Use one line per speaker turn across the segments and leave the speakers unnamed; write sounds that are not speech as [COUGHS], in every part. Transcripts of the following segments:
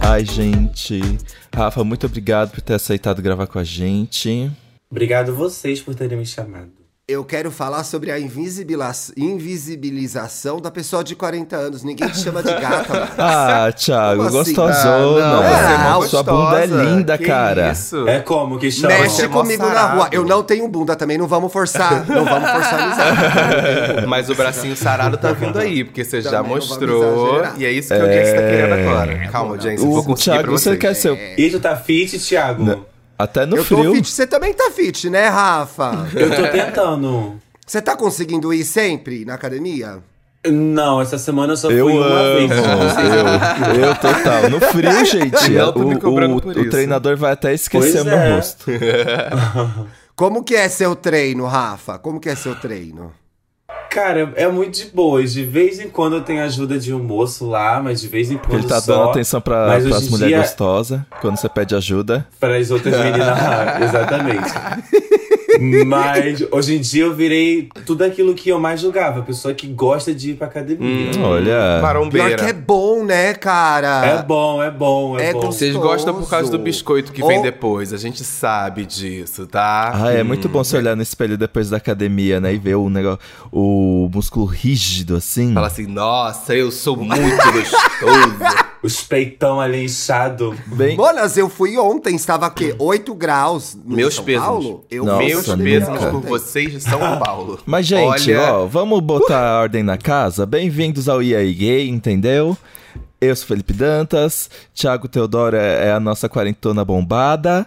Ai, gente. Rafa, muito obrigado por ter aceitado gravar com a gente.
Obrigado vocês por terem me chamado.
Eu quero falar sobre a invisibila- invisibilização da pessoa de 40 anos. Ninguém te chama de gata mais.
[LAUGHS] Ah, Thiago,
Como assim?
gostosona.
Ah, não,
você é
Ah,
mó
Sua bunda
gostosa.
é linda,
Que
cara.
Isso.
É como que chama?
Mexe
é mó
comigo na
sarado.
rua. Eu não tenho bunda também, não vamos forçar. Não vamos forçar a amizade.
[LAUGHS] Mas o bracinho sarado tá vindo aí, porque você já
Também não vamos
mostrou.
exagerar.
E é isso que a audiência tá querendo agora. Calma, audiência, eu vou
O
conseguir pra
Thiago, você
vocês.
quer ser.
E tu tá fit, Thiago?
Até [LAUGHS] no
eu tô
frio.
fit, você também tá fit, né, Rafa?
Eu tô tentando.
Você tá conseguindo ir sempre na academia?
Não, essa semana eu só
Eu
fui
amo.
uma vez.
Eu, eu total. No
[LAUGHS]
frio, gente.
Não tô me
o-
cobrando
o,
por
o
isso.
treinador vai até esquecer
Pois
meu
é.
rosto.
Como que é seu treino, Rafa? Como que é seu treino?
Cara, é muito de boas. De vez em quando eu tenho a ajuda de um moço lá, mas de vez em quando
Ele tá
só
dando atenção pra,
Mas hoje
pras
em
mulheres
dia-
gostosas quando você pede ajuda.
para as outras meninas
[LAUGHS]
lá. Exatamente. Mas hoje em dia eu virei tudo aquilo que eu mais julgava, a pessoa que gosta de ir pra academia.
Hum. Olha.
Pior
Marombeira.
que é bom, né, cara?
É bom, é bom, é,
É
bom.
gostoso. Oh.
Vocês gostam por causa do biscoito que vem
Ou-
depois. A gente sabe disso, tá?
Ah, é muito bom você olhar no espelho depois da academia, né? E ver o negócio, o músculo rígido, assim.
Fala assim, nossa, eu sou
Hum. [LAUGHS]
muito gostoso.
Os peitão ali inchado.
Bem,
Monas, eu fui ontem, estava o quê? 8 graus no
Meus
São
pêsames.
Paulo? Eu
Nossa,
Meus
nunca.
pêsames por vocês de São Paulo.
Mas, gente,
Olha,
ó, vamos botar a ordem na casa. Bem-vindos ao EA Gay, entendeu? Eu sou Felipe Dantas, Thiago Teodoro é, é a nossa quarentona bombada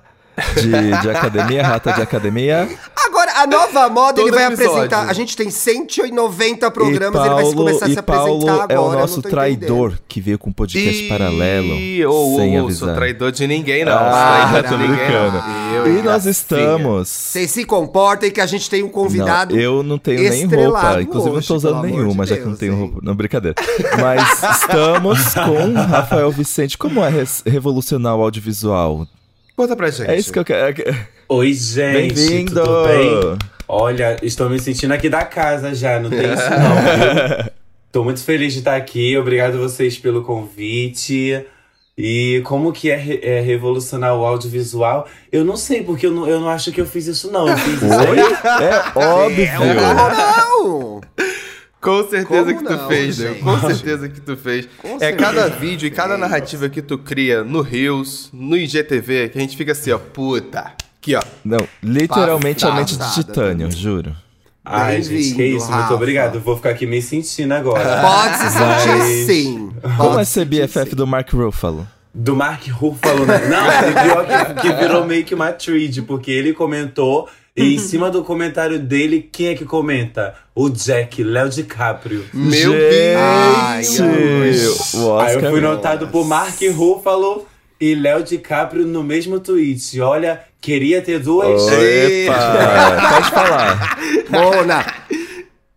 de,
[LAUGHS]
de academia, rata de academia.
Agora,
[LAUGHS]
a nova moda, ele
Todo
vai
episódio.
apresentar. A gente tem 190 programas,
e
ele vai se
Paulo,
começar a se
e Paulo
apresentar agora.
é o
eu
nosso
não tô
traidor que veio com um podcast
Ih,
paralelo.
ô,
sem
ô, ô,
avisar.
sou traidor de ninguém, não.
Ah,
Sou traidor
tô
de ninguém,
brincando.
não. Eu,
E
hein,
nós
gracinha.
estamos.
Vocês se comportem que a gente tem um convidado.
Não, eu não tenho nem
estrelado
roupa. Inclusive, eu não tô
hoje,
usando
pelo amor de
nenhuma, já que eu não
Deus,
tenho
hein?
roupa. Não, brincadeira. Mas
[LAUGHS]
estamos com Rafael Vicente. Como é res- revolucionar o audiovisual?
Conta pra gente.
É isso que eu quero. é-
Oi, gente.
Bem-vindo!
Tudo bem? Olha, estou me sentindo aqui da casa já, não tem
[LAUGHS]
isso não. viu? Tô muito feliz de estar aqui. Obrigado vocês pelo convite. E como que é, re- é revolucionar o audiovisual? Eu não sei, porque eu não, eu não acho que eu fiz isso, não. Eu fiz isso aí.
É óbvio. [LAUGHS]
Não!
Com certeza
Como
que tu
não,
fez, né?
gente?
Com certeza que tu fez.
Com
é
certeza
cada
que
vídeo e
fez.
cada narrativa que tu cria no Reels, no IGTV, que a gente fica assim, ó, puta. Aqui, ó.
Não, literalmente a mente de
Passada. né?
titânio, juro.
Ai, gente, que
Bem-vindo,
isso. Muito
Rafa.
obrigado. Eu Vou ficar aqui me sentindo agora.
Pode se
Mas-
sentir sim.
Como é
Pode se
ser
sentir
BFF
sim.
do Mark Ruffalo?
Do Mark Ruffalo, né?
[LAUGHS]
Não, e pior que, que virou meio que uma thread, porque ele comentou, e em cima do comentário dele, quem é que comenta? O Jack, Léo DiCaprio.
Meu
Deus.
Gente, o Oscar.
Aí
é um
eu fui notado por Mark Ruffalo e Léo DiCaprio no mesmo tweet. Olha, queria ter duas.
Epa, pode falar.
Mona,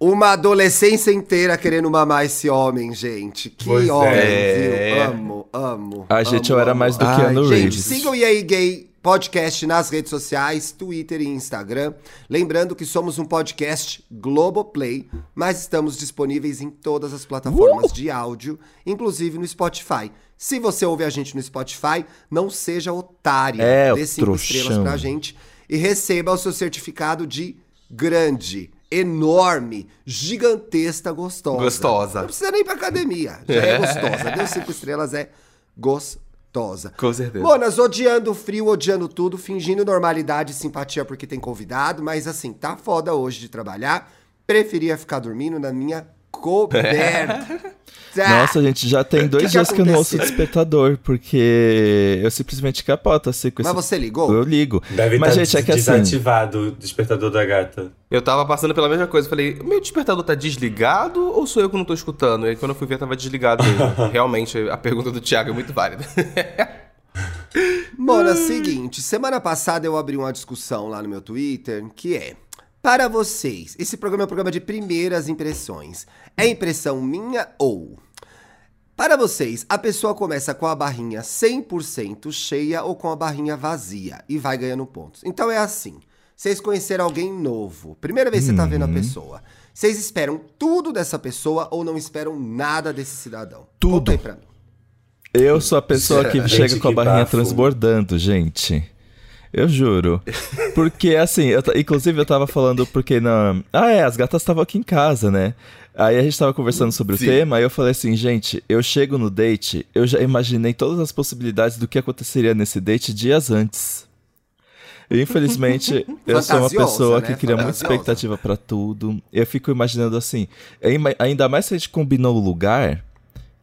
uma adolescência inteira querendo mamar esse homem, gente. Que
Pois
homem,
é.
viu? Amo, amo.
Ah, gente,
amo,
eu era
amo,
mais do
amo.
que
Ai,
Keanu
Gente,
Reeves.
sigam o E aí Gay Podcast nas redes sociais, Twitter e Instagram. Lembrando que somos um podcast Globoplay, mas estamos disponíveis em todas as plataformas de áudio, inclusive no Spotify. Se você ouve a gente no Spotify, não seja otário.
É,
Dê cinco
trouxão.
estrelas pra gente e receba o seu certificado de grande, enorme, gigantesca gostosa.
Gostosa.
Não precisa nem ir
[LAUGHS]
pra academia. Já é gostosa. Deu cinco estrelas, é gostosa.
Com certeza.
Monas, odiando o frio, odiando tudo, fingindo normalidade e simpatia porque tem convidado, mas assim, tá foda hoje de trabalhar. Preferia ficar dormindo na minha coberta.
[LAUGHS] Nossa, gente, já tem dois
Ah, que
dias que eu não ouço
aconteceu?
despertador, porque eu simplesmente capoto assim com
Mas
esse.
você ligou?
Eu ligo.
Deve tá
Mas,
estar
gente, é que assim.
desativado o despertador da gata.
Eu tava passando pela mesma coisa. Falei, meu despertador tá desligado ou sou eu que não tô escutando? E aí, quando eu fui ver, tava desligado
[LAUGHS]
mesmo. Realmente, a pergunta do Thiago é muito válida.
Mona, seguinte, semana passada eu abri uma discussão lá no meu Twitter, que é: para vocês, esse programa é um programa de primeiras impressões. É impressão minha ou Para vocês, a pessoa começa com a barrinha 100% cheia ou com a barrinha vazia e vai ganhando pontos. Então é assim: vocês conheceram alguém novo, primeira vez que você tá vendo a pessoa, vocês esperam tudo dessa pessoa ou não esperam nada desse cidadão?
Tudo.
Conta aí pra mim.
Eu sou a pessoa que
Gente,
chega com a
que
barrinha
bafo.
transbordando, gente. Eu juro. Porque, assim, eu ta- inclusive eu tava falando porque na. Ah, é, as gatas estavam aqui em casa, né? Aí a gente tava conversando sobre
Sim.
o tema, aí eu falei assim, gente, eu chego no date, eu já imaginei todas as possibilidades do que aconteceria nesse date dias antes. E, Infelizmente, eu sou uma
Fantasiosa,
pessoa
né?
que cria muita
Fantasiosa.
expectativa pra tudo. Eu fico imaginando assim, aima- ainda mais se a gente combinou o lugar,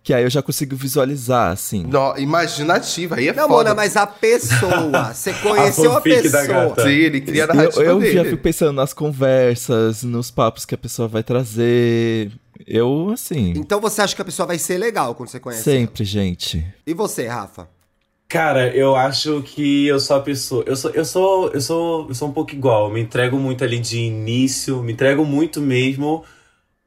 que aí eu já consigo visualizar, assim.
Não, imaginativa, aí é
Não,
foda.
Mona, mas a pessoa.
[LAUGHS]
Você conheceu a,
fanfic da
pessoa.
gata.
Sim, ele cria a narrativa
Eu, eu
dele.
já fico pensando nas conversas, nos papos que a pessoa vai trazer. Eu, assim,
Então você acha que a pessoa vai ser legal quando você conhece?
sempre, gente.
ela. E você, Rafa?
Cara, eu acho que eu sou a pessoa. Eu sou, eu sou, eu sou, eu sou um pouco igual. Eu me entrego muito ali de início, me entrego muito mesmo.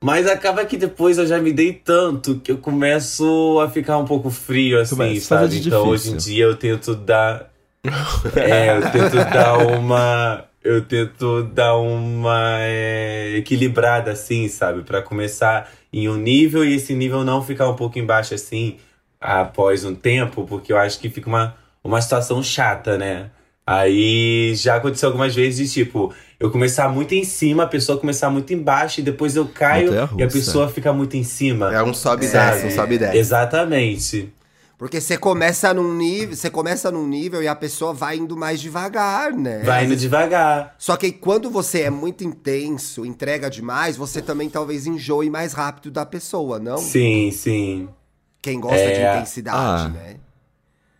Mas acaba que depois eu já me dei tanto que eu começo a ficar um pouco frio, assim,
Começa a fazer
sabe?
de
Então hoje
difícil.
em dia eu tento
[LAUGHS]
dar. é, eu tento dar uma. Eu tento dar uma é, equilibrada, assim, sabe? Pra começar em um nível e esse nível não ficar um pouco embaixo, assim, após um tempo, porque eu acho que fica uma, uma situação chata, né? Aí já aconteceu algumas vezes de tipo, eu começar muito em cima, a pessoa começar muito embaixo, e depois eu caio e
Montanha-russa.
a pessoa fica muito em cima.
É um sobe e
Sabe?
desce, um sobe e desce.
Exatamente.
Porque você começa num nível, você começa num nível e a pessoa vai indo mais devagar, né?
Vai indo devagar.
Só que aí, quando você é muito intenso, entrega demais, você também talvez enjoe mais rápido da pessoa, não?
Sim, sim.
Quem gosta de
É.
intensidade,
Ah.
né?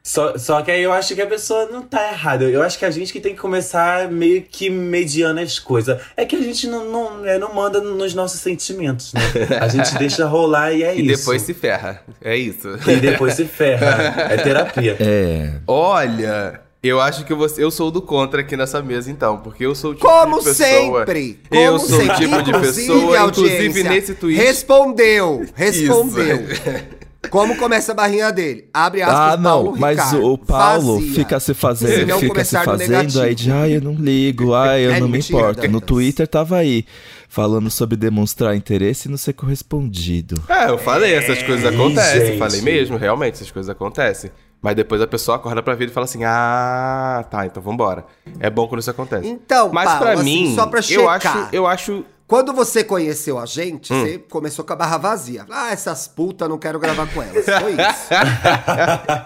Só, só que aí eu acho que a pessoa não tá errada. Eu acho que a gente que tem que começar meio que mediando as coisas. É que a gente não, não, é, não manda nos nossos sentimentos, né? A gente deixa rolar e é
E
isso.
depois se ferra. É isso.
E depois se ferra. É terapia.
É.
Olha, eu acho que você, eu sou do contra aqui nessa mesa, então, porque eu sou o tipo
Como
de pessoa.
sempre! Como
Eu sou o
sempre.
tipo de
Inclusive,
pessoa,
audiência,
inclusive nesse tweet.
Respondeu!
[LAUGHS]
Respondeu! Como começa a barrinha dele? Abre aspas,
Ah, não,
Paulo
mas
Ricardo.
o Paulo
Vazia.
fica se
Se
fazendo,
não
fica se
começar no
fazendo aí de,
negativo.
ai, eu não ligo, ai, eu
É
não
mentira,
me importo. No
Dantas.
Twitter tava aí, falando sobre demonstrar interesse e não ser correspondido.
É, eu falei, essas coisas
Ih,
acontecem.
gente.
Falei mesmo, realmente, essas coisas acontecem. Mas depois a pessoa acorda pra vida e fala assim: ah, tá, então vambora. É bom quando isso acontece.
Então,
Mas
Paulo,
pra
assim,
mim,
só pra
eu
checar.
acho, eu Hum. acho
Quando você conheceu a gente, você começou com a barra vazia. Ah, essas putas, não quero gravar com elas. Foi
[LAUGHS]
isso.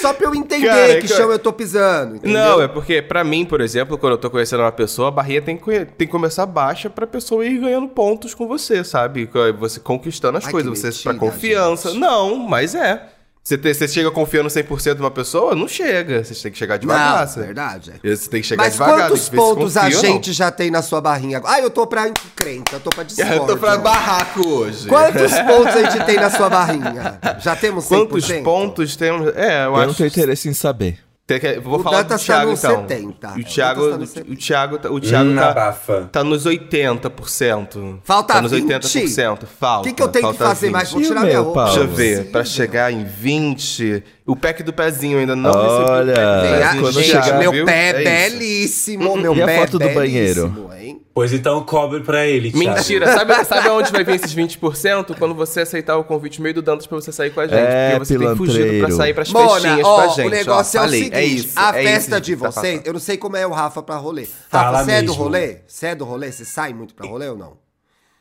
Só pra eu entender
Cara, é
que
que eu-
chão eu tô pisando. Entendeu?
Não, é porque, pra mim, por exemplo, quando eu tô conhecendo uma pessoa, a barreira tem que, conhe- tem que começar baixa pra pessoa ir ganhando pontos com você, sabe? Co- Você conquistando as
Ai,
coisas,
que
você
mentira,
pra confiança.
gente.
Não, mas é. Você, te- você chega confiando 100% de uma pessoa? Não chega. Você tem que chegar devagar.
Não,
você-
verdade. é.
Você tem que chegar
Mas
devagar.
quantos
tem que ver se
pontos a
confia ou não. [LAUGHS]
gente já tem na sua barrinha? agora? Ah, eu tô pra encrenca, eu tô pra discórdia.
Eu tô pra barraco hoje.
Quantos pontos a gente tem na sua barrinha? Já temos 100%?
[LAUGHS] Quantos pontos temos? É, eu,
Eu, não
acho
tenho interesse em saber.
Tem que- Vou
O
falar do
Dantas tá
Thiago,
no
então.
70.
O
O
Thiago,
Dantas tá no
o
70.
Thiago, tá- o Thiago
Hum,
tá,
abafa.
tá nos 80%.
Falta
tá nos
20?
80%.
O
Falta.
que, que eu tenho que
falta
fazer
20.
mais? Vou
E o
tirar minha
meu,
roupa.
Deixa eu
Paulo?
ver, pra chegar em 20, o pack do pezinho ainda não
Olha,
recebi.
Ah,
Ah,
Gente, quando
gente,
chegar,
meu pé é,
é isso.
belíssimo, meu
E a
pé
foto do
é
banheiro?
belíssimo, hein?
Pois então cobre pra ele, Thiago.
Mentira, sabe, sabe aonde vai vir esses 20%? Quando você aceitar o convite meio do Dantas pra você sair com a gente.
É,
porque você tem fugido pra
pilantreiro.
sair pras
Mona,
festinhas com a
ó,
gente.
o negócio
ó,
é o
falei,
seguinte,
isso,
a
é
festa
isso
de
que tá
vocês,
passando.
eu não sei como é o Rafa pra rolê.
Fala
Rafa, você é do
mesmo.
rolê? Você é do rolê? Você sai muito pra rolê ou não?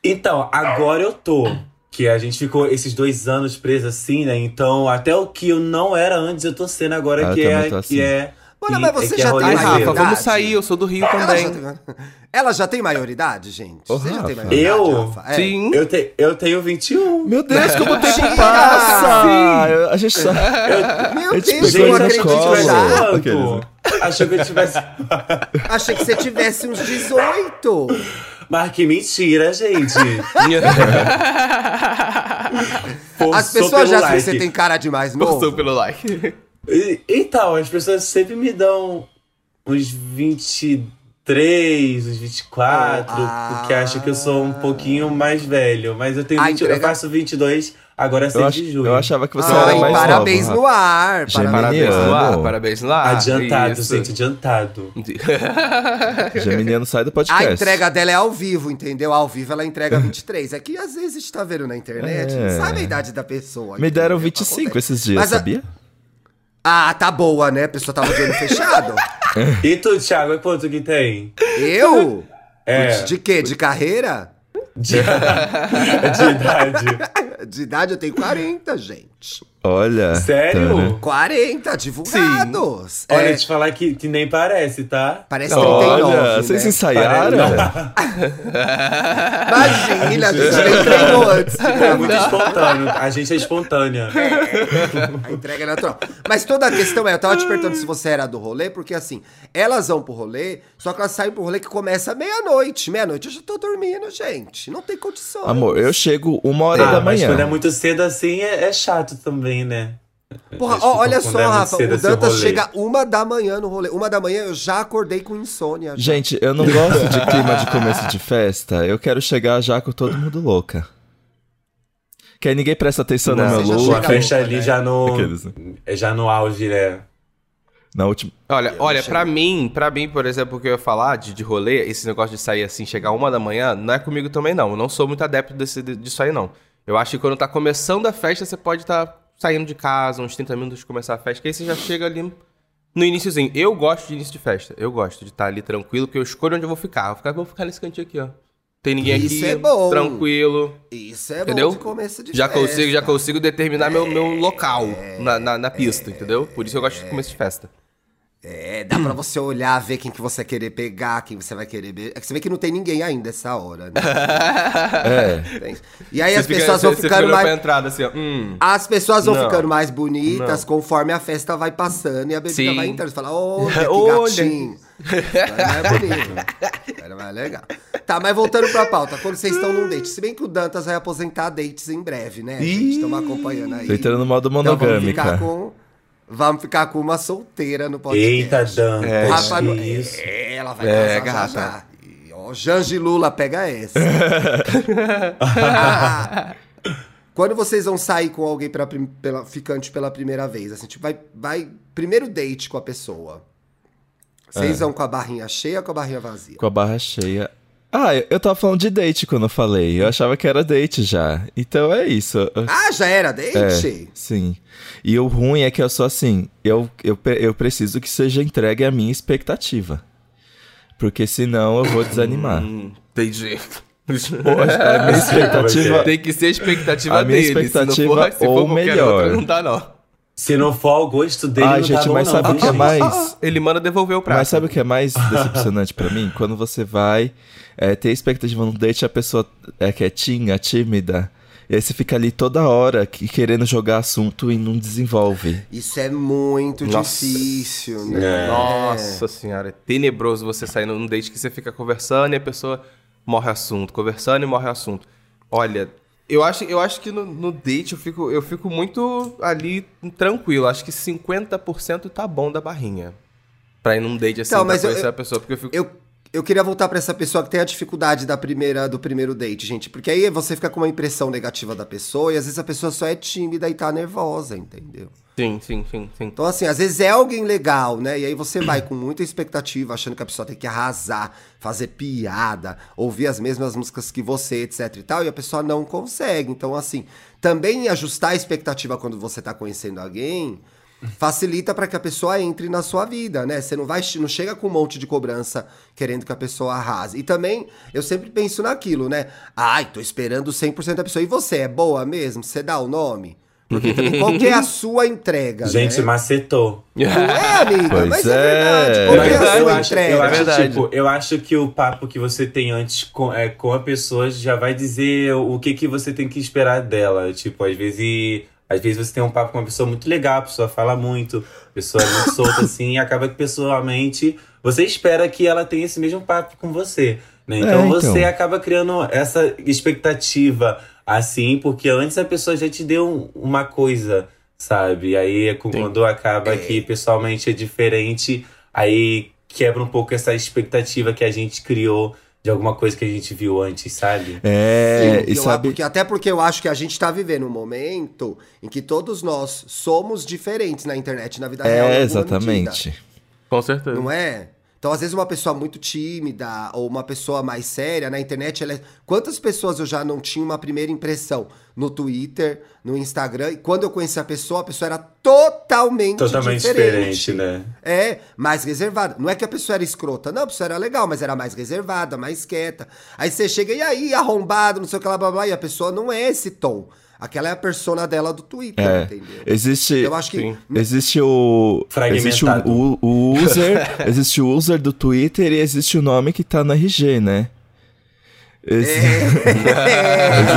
Então, agora eu tô. Que a gente ficou esses dois anos preso assim, né? Então, até o que eu não era antes, eu tô sendo agora
Ah, eu
que,
também
é,
tô assim.
que é.
Mano,
e-
mas você
é que
já
é
tá
Ai,
rolezeiro.
na
Rafa,
verdade. Tá
vamos sair, eu sou do Rio
Ela já,
também. [LAUGHS]
tem... Ela já tem maioridade, gente?
Ô,
você já tem
Rafa.
maioridade,
Eu?
Rafa? É.
Sim.
Eu, te, eu tenho 21.
Meu Deus, [LAUGHS] como o tempo
Mentira!
passa! Ah, Eu- A gente só...
Meu
Eu te
Deus,
peguei
eu não
na
acredito
cola.
já.
tanto.
Aqueles,
Achou que eu tivesse.
ah, Achei que você tivesse uns 18.
Mas que mentira, gente.
As
Forçou
pessoas
pelo
já acham que
like.
você tem cara de mais
Forçou
novo.
pelo like.
E- Então, as pessoas sempre me dão uns 22, 23, os 24,
Ah.
porque acha que eu sou um pouquinho mais velho. Mas eu tenho
Ah,
20, eu
entrega-
faço 22, agora é 6
Eu,
de
ach-
junho.
eu achava que você
Ai,
era mais
parabéns
nova.
no ar.
Geminiano.
Parabéns.
Parabéns no ar,
Mano.
parabéns no ar.
adiantado,
isso.
gente, adiantado.
Geminiano sai do
A
podcast.
entrega dela é ao vivo, entendeu? Ao vivo ela entrega 23. É que às vezes a gente tá vendo na internet,
É.
não sabe a idade da pessoa.
Me
entendeu?
deram 25
Acontece.
esses dias,
Mas a-
sabia?
Ah, tá boa, né? A pessoa tava de olho fechado.
[LAUGHS]
E tu, Thiago, é quanto que tem?
Eu?
É.
De quê? De carreira? [LAUGHS]
De, de idade.
De idade eu tenho 40, gente.
Olha.
Sério?
Tana.
40, divulgados.
Olha,
É,
te falar que, que nem parece, tá?
Parece 39,
Olha,
né?
vocês ensaiaram?
Imagina, a gente nem treinou antes.
É muito espontâneo. A gente é espontânea.
A entrega é natural. Mas toda a questão é, eu tava te perguntando se você era do rolê, porque assim, elas vão pro rolê, só que elas saem pro rolê que começa meia-noite. Meia-noite eu já tô dormindo, gente. Não tem condição.
Amor, eu chego uma hora da
Ah, mas
manhã.
quando é muito cedo assim, é, é chato também, né?
Porra,
Desculpa,
ó, olha
quando
só,
é muito
Rafa,
cedo
o
esse
Dantas
rolê.
chega uma da manhã no rolê. Uma da manhã eu já acordei com insônia. já.
Gente, eu não gosto de clima de começo de festa. Eu quero chegar já com todo mundo louca. Que aí ninguém presta atenção
Não,
no
você já
meu
Boa,
look.
chega-
fecha
louca,
ali
né?
já no.
Aqueles, né?
é Já no auge, né?
Na última.
[LAUGHS] Olha, olha, pra mim, pra mim, por exemplo, o que eu ia falar de, de rolê, esse negócio de sair assim, chegar uma da manhã, não é comigo também, não. Eu não sou muito adepto desse, de- disso aí, não. Eu acho que quando tá começando a festa, você pode estar saindo de casa, uns 30 minutos de começar a festa, que aí você já chega ali no iníciozinho. Eu gosto de início de festa. Eu gosto de estar ali tranquilo, porque eu escolho onde eu vou ficar. Eu vou ficar, vou ficar nesse cantinho aqui, ó. Tem ninguém
Isso
aqui,
é bom.
tranquilo.
Isso é
Entendeu?
bom de começo de
Já
festa.
consigo, já consigo determinar meu, meu local na, na, na pista, entendeu? Por isso eu gosto de começo de festa.
É, dá pra você olhar, ver quem que você vai querer pegar, quem você vai querer... be- É que você vê que não tem ninguém ainda essa hora, né?
[LAUGHS]
É.
Tem- [LAUGHS] E aí
Você
as
fica-
pessoas
você-
vão
você
ficando
olhando
mais...
pra entrada assim, ó.
[LAUGHS]
Hum.
As pessoas vão
Não.
ficando mais bonitas conforme a festa vai passando e a bebida
Sim.
vai entrando. Você fala, olha que
Olha.
gatinho. Era mais bonito. né? Era mais legal. Tá, mas voltando pra pauta. Quando vocês estão num date, se bem que o Dantas vai aposentar dates em breve, né? gente? Estamos acompanhando aí.
Tô entrando no modo
Então vamos
monogâmica.
ficar com... Vamos ficar com uma solteira no podcast.
Eita, Dantas.
Rafa,
que
não-
isso.
É, ela vai casar já,
É, gata.
já. E, Ó, Janji Lula, pega essa.
[LAUGHS]
Ah, quando vocês vão sair com alguém pela, prim- pela- ficante pela primeira vez, assim, tipo, vai, vai primeiro date com a pessoa.
É.
Vocês vão com a barrinha cheia ou com a barrinha vazia?
Com a barra cheia. Ah, eu, eu tava falando de date quando eu falei. Eu achava que era date já. Então é isso. Eu-
Ah, já era date?
É.
Sim. E o ruim é que eu sou assim. Eu, eu, pe- eu preciso que seja entregue a minha expectativa. Porque senão eu vou desanimar.
Hum, entendi.
A
[LAUGHS]
[LAUGHS]
minha expectativa.
Tem que ser a expectativa
é A minha
dele. se não
expectativa
for, se
ou
for qualquer
melhor.
outra, não dá, não. Ah,
Se não for ao gosto dele,
Ai,
não tá
gente,
bom,
mas
não,
sabe o
viu,
que é
gente?
mais?
Ele manda devolver o prato.
Mas sabe o que é mais decepcionante pra mim? Quando você vai é, ter expectativa num date, a pessoa é quietinha, tímida. E aí você fica ali toda hora que- querendo jogar assunto e não desenvolve.
Isso é muito
Nossa.
difícil, né?
É.
Nossa senhora, é tenebroso você sair num date que você fica conversando e a pessoa morre assunto, conversando e morre assunto. Olha, eu acho, eu acho que no, no date eu fico, eu fico muito ali tranquilo. Acho que 50% tá bom da barrinha. Pra ir num date assim,
Então,
pra
mas eu-
conhecer
eu-
a pessoa. Porque eu fico.
Eu, eu queria voltar pra essa pessoa que tem a dificuldade da primeira, do primeiro date, gente. Porque aí você fica com uma impressão negativa da pessoa e às vezes a pessoa só é tímida e tá nervosa, entendeu?
Sim, sim, sim, sim. [LAUGHS]
Então, assim, às vezes é alguém legal, né? E aí você vai com muita expectativa, achando que a pessoa tem que arrasar, fazer piada, ouvir as mesmas músicas que você, etc e tal, e a pessoa não consegue. Então, assim, também ajustar a expectativa quando você tá conhecendo alguém facilita pra que a pessoa entre na sua vida, né? Você não vai, não chega com um monte de cobrança querendo que a pessoa arrase. E também, eu sempre penso naquilo, né? Ai, tô esperando 100% da pessoa. E você, é boa mesmo? Você dá o nome? Porque também, qual que é a sua entrega,
Gente,
né?
macetou.
Não é, amiga,
Pois
mas é,
é.
verdade. Qual que é a
eu,
sua
acho, eu,
entrega?
acho,
Verdade.
tipo, eu acho que o papo que você tem antes com, é, com a pessoa já vai dizer o que, que você tem que esperar dela. Tipo, às vezes, às vezes você tem um papo com uma pessoa muito legal, a pessoa fala muito, a pessoa é muito
[LAUGHS]
solta assim, e acaba que pessoalmente você espera que ela tenha esse mesmo papo com você. Né? Então,
então.
você acaba criando essa expectativa assim, porque antes a pessoa já te deu um- uma coisa, sabe? é Aí é com- quando acaba que pessoalmente é diferente, aí quebra um pouco essa expectativa que a gente criou de alguma coisa que a gente viu antes, sabe?
É,
Sim,
e
eu-
sabe.
porque- até porque eu acho que a gente tá vivendo um momento em que todos nós somos diferentes na internet, na vida real. em
É,
alguma medida,
exatamente.
Com certeza.
não é? Então, às vezes, uma pessoa muito tímida ou uma pessoa mais séria na internet, ela é... quantas pessoas eu já não tinha uma primeira impressão no Twitter, no Instagram, e quando eu conheci a pessoa, a pessoa era totalmente,
Totalmente diferente, né?
é, mais reservada. Não é que a pessoa era escrota, não, a pessoa era legal, mas era mais reservada, mais quieta. Aí você chega e aí, arrombado, não sei o que lá, blá, blá, e a pessoa não é esse tom. Aquela é a persona dela do Twitter,
É.
entendeu?
Existe.
Eu acho que.
Sim.
Existe o.
Fragmentado.
Existe o, o- o
[LAUGHS]
user. existe o user do Twitter e existe o nome que tá no RG,
[LAUGHS]
né? [LAUGHS]
é.
Exi-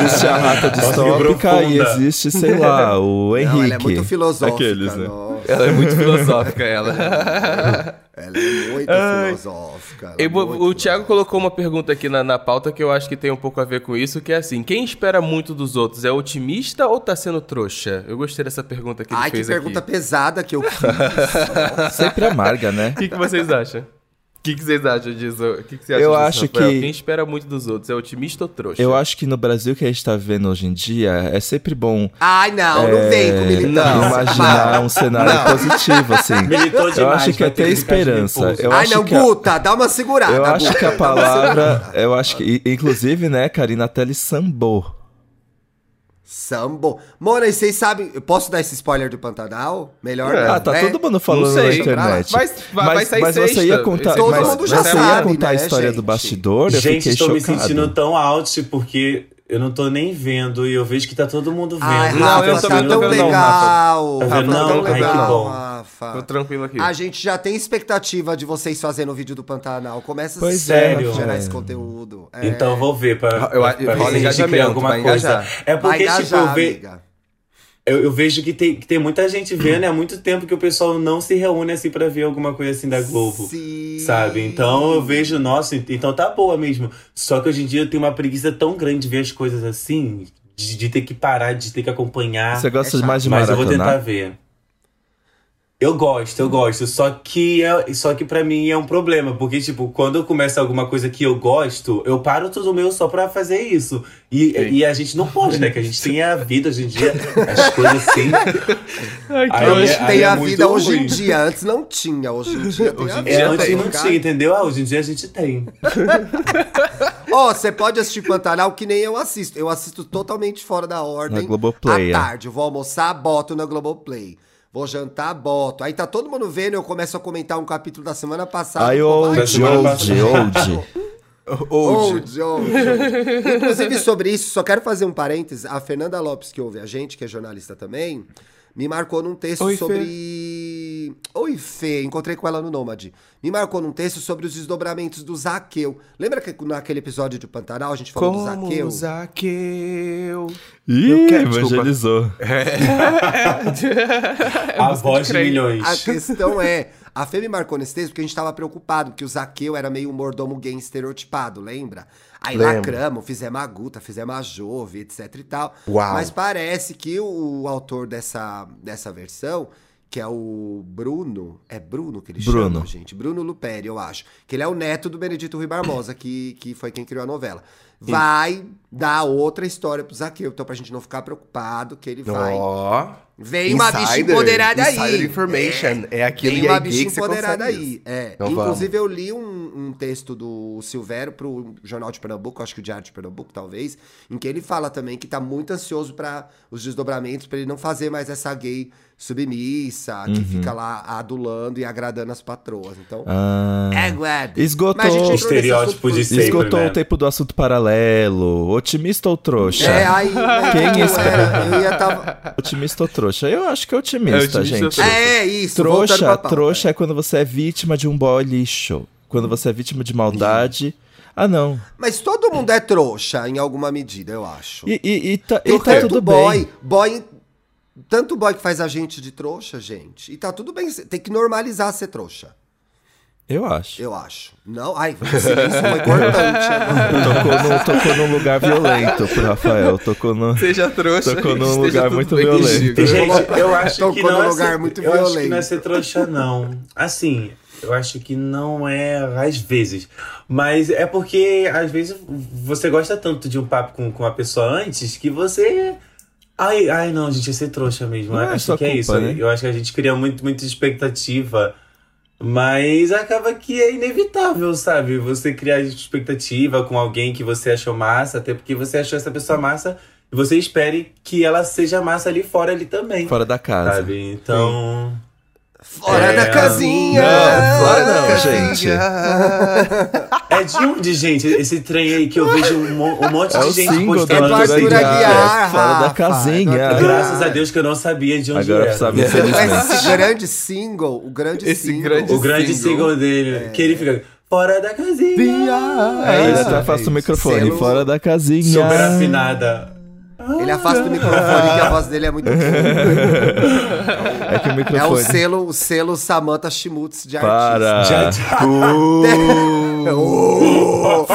existe a rata
Nossa, que
distópica e
profunda.
existe, sei lá, o Henrique.
[LAUGHS] Não, ela é muito filosófica.
Aqueles, né?
nossa.
Ela é [LAUGHS] muito filosófica, [LAUGHS] ela.
Ela é muito filosófica. ela é
Eu vou-
muito
o Thiago
filosófica.
colocou uma pergunta aqui na, na pauta que eu acho que tem um pouco a ver com isso, que é assim, quem espera muito dos outros, é otimista ou tá sendo trouxa? Eu gostei dessa pergunta que ele
Ai, que
fez
pergunta
aqui.
pesada que eu fiz. [LAUGHS]
Sempre amarga, né?
[LAUGHS] O que, que vocês acham? O que, que vocês acham disso? O que, que você acha
Eu
disso,
acho
Rafael?
que-
Quem espera muito dos outros, é otimista ou trouxa?
Eu acho que no Brasil que a gente tá vendo hoje em dia, é sempre bom
Ai, não, não vem com
é,
militância.
imaginar um cenário
[LAUGHS]
positivo, assim.
[LAUGHS] Militou
eu
demais,
acho que
vai
é
ter
ter
que ficar de
esperança.
repouso.
Eu
Ai,
acho
não,
que a-
Guta, dá uma segurada.
Eu acho
Guta.
que a palavra.
tá
Eu acho que. i- Inclusive, né, Karina Tele sambou.
Sambo. Mona, e vocês sabem. Eu posso dar esse spoiler do Pantanal? Melhor não.
ah, tá
né?
todo mundo falando
É. Não
na
sei.
internet.
Vai- vai- vai sair
mas você
sexta.
ia contar.
Todo
mas,
mundo
já
mas você ia
sabe,
contar a
né,
história do
gente?
bastidor, eu
Gente,
fiquei
estou me
chocado.
sentindo tão out porque eu não tô nem vendo e eu vejo que tá todo mundo vendo.
Ai,
Não,
Rafa,
eu
tá
também
tão
não vendo, não,
legal.
Rafa. Tá vendo,
Rafa,
não? Ai,
tão
que
legal,
bom.
Tô
Rafa.
tranquilo aqui.
A gente já tem expectativa de vocês fazendo o vídeo do Pantanal. Começa
Pois
é,
sério a gerar
é.
esse conteúdo. É.
Então vou ver pra,
Eu-
pra,
eu-
pra ver se
rola
a gente
engajamento,
cria alguma
vai
coisa.
engajar.
É
Vai
porque, tipo,
engajar,
eu, ve,
amiga.
eu, eu vejo que tem, que tem muita gente vendo, é há muito tempo que o pessoal não se reúne assim pra ver alguma coisa assim da Globo.
Sim.
Sabe? Então eu vejo, nossa, ent- então tá boa mesmo. Só que hoje em dia eu tenho uma preguiça tão grande de ver as coisas assim, de, de ter que parar, de ter que acompanhar.
Você gosta
É chato.
mais de
mas eu vou tentar
maratonar?
ver. Eu gosto, eu gosto. Só que, é, só que pra mim é um problema. Porque, tipo, quando eu começo alguma coisa que eu gosto, eu paro tudo meu só pra fazer isso. E,
Sim.
e a gente não pode, né? Que a gente tem a vida hoje em dia, as coisas assim.
Ai,
Aí
A gente
é- aí
tem
é
a
muito
vida hoje em
ruim.
dia. Antes não tinha, hoje
[LAUGHS]
em dia tem a
É,
vida.
antes não
Cara,
tinha, entendeu? Ah, hoje em dia a gente tem.
Ó, você pode assistir Pantanal que nem eu assisto. Eu assisto totalmente fora da ordem.
Na Globoplay, é.
À tarde. Eu vou almoçar, boto na Globoplay. Vou jantar, boto. Aí tá todo mundo vendo, eu começo a comentar um capítulo da semana passada.
Ai,
Eu falo,
Da
old,
semana
old,
passada.
old.
[LAUGHS]
Old, old, old. Inclusive, sobre isso, só quero fazer um parênteses. A Fernanda Lopes, que ouve a gente, que é jornalista também, me marcou num texto
Oi, Fê.
sobre. Oi, Fê, encontrei com ela no Nômade. Me marcou num texto sobre os desdobramentos do Zaqueu. Lembra que naquele episódio de Pantanal a gente falou do
Como
Zaqueu?
o Zaqueu. [LAUGHS]
Ih,
quero- desculpa.
evangelizou.
É,
a voz de milhões.
A questão é, a Fê me marcou nesse texto porque a gente tava preocupado, porque o Zaqueu era meio um mordomo gay estereotipado, lembra? Aí lacramos, fizemos a Guta, fizemos a Jove, etc e tal.
Uau.
Mas parece que o, o autor dessa, dessa versão, que é o Bruno, é Bruno que ele
Bruno.
chama, gente? Bruno Luperi, eu acho. Que ele é o neto do Benedito Rui Barbosa, que, que foi quem criou a novela. Vai dar outra história pro Zaqueu, então pra gente não ficar preocupado que ele vai...
Ó.
Vem uma bicha
Insider,
empoderada aí.
Insider information. É, aquilo
Tem
e
uma
aí
bicha
que você
empoderada
consegue
aí.
isso.
É.
Então
Inclusive, eu li um, um texto do Silvério pro Jornal de Pernambuco, acho que o Diário de Pernambuco, talvez, em que ele fala também que tá muito ansioso para os desdobramentos, para ele não fazer mais essa gay submissa,
Uhum.
que fica lá adulando e agradando as patroas. Então,
Ah,
aguarde.
Esgotou.
Mas a gente entrou nesse
Estereótipo
assunto por-
de ser- Sempre,
esgotou
né?
o tempo do assunto paralelo. Otimista ou trouxa?
É, aí, né,
Quem
eu
espera?
era- eu ia tava...
Otimista ou trouxa? Eu acho que é otimista,
É otimista ou
gente.
trouxa?
É, isso. voltando pra
Trouxa,
pauta.
trouxa é quando você é vítima de um boy lixo. Quando você é vítima de maldade. Ah, não.
Mas todo mundo é trouxa, em alguma medida, eu acho.
E, e, e tá,
Tem
e tá
tanto
tudo
boy,
bem.
boy. Tanto boy que faz a gente de trouxa, gente. E tá tudo bem. ser- Tem que normalizar ser trouxa,
Eu acho.
eu acho. Não? Ai, o silêncio foi cortante. agora.
[LAUGHS] Tocou, num, tocou num lugar violento pro Rafael. Tocou no.
Seja trouxa.
Tocou num lugar
esteja tudo
muito
bem
violento.
contigo.
Gente, eu acho
Tocou
que
num
não é
lugar
ser,
muito
eu acho que
violento.
não é ser trouxa, não. Assim, Eu acho que não é às vezes. Mas é porque às vezes você gosta tanto de um papo com, com uma pessoa antes que você. Ai, ai, não, gente, ia ser trouxa mesmo.
Não é
acho
sua
que é
culpa,
isso.
né?
Eu acho que a gente cria muito, muita expectativa. Mas acaba que é inevitável, sabe? Você criar expectativa com alguém que você achou massa, até porque você achou essa pessoa massa e você espere que ela seja massa ali fora ali também.
Fora da casa.
Sabe? Então.
Fora
É.
da casinha!
Não, fora não, gente.
É de onde, gente, esse trem aí que eu vejo um, mo- um monte
É o
de gente
single do
É
postando
do
Arthur
Arthur
assim.
Aguiar.
Aguiar,
É fora da
Rafa,
casinha.
é do Arthur
tá Graças a
Aguiar.
Deus que eu não sabia de onde
Agora
era.
sabe,
Mas
infelizmente.
esse grande single, o grande
Esse
single.
grande
O grande single, dele, que ele fica fora da casinha.
Aí ele
isso,
até afasta
é
tá, o microfone.
Selo-
Fora da casinha.
Super afinada.
Ele afasta o microfone que a voz dele é
[LAUGHS]
muito boa.
É que o
É o
microfone.
selo, o selo Samantha Schmutz de artista.
Para.
Já,
Oh,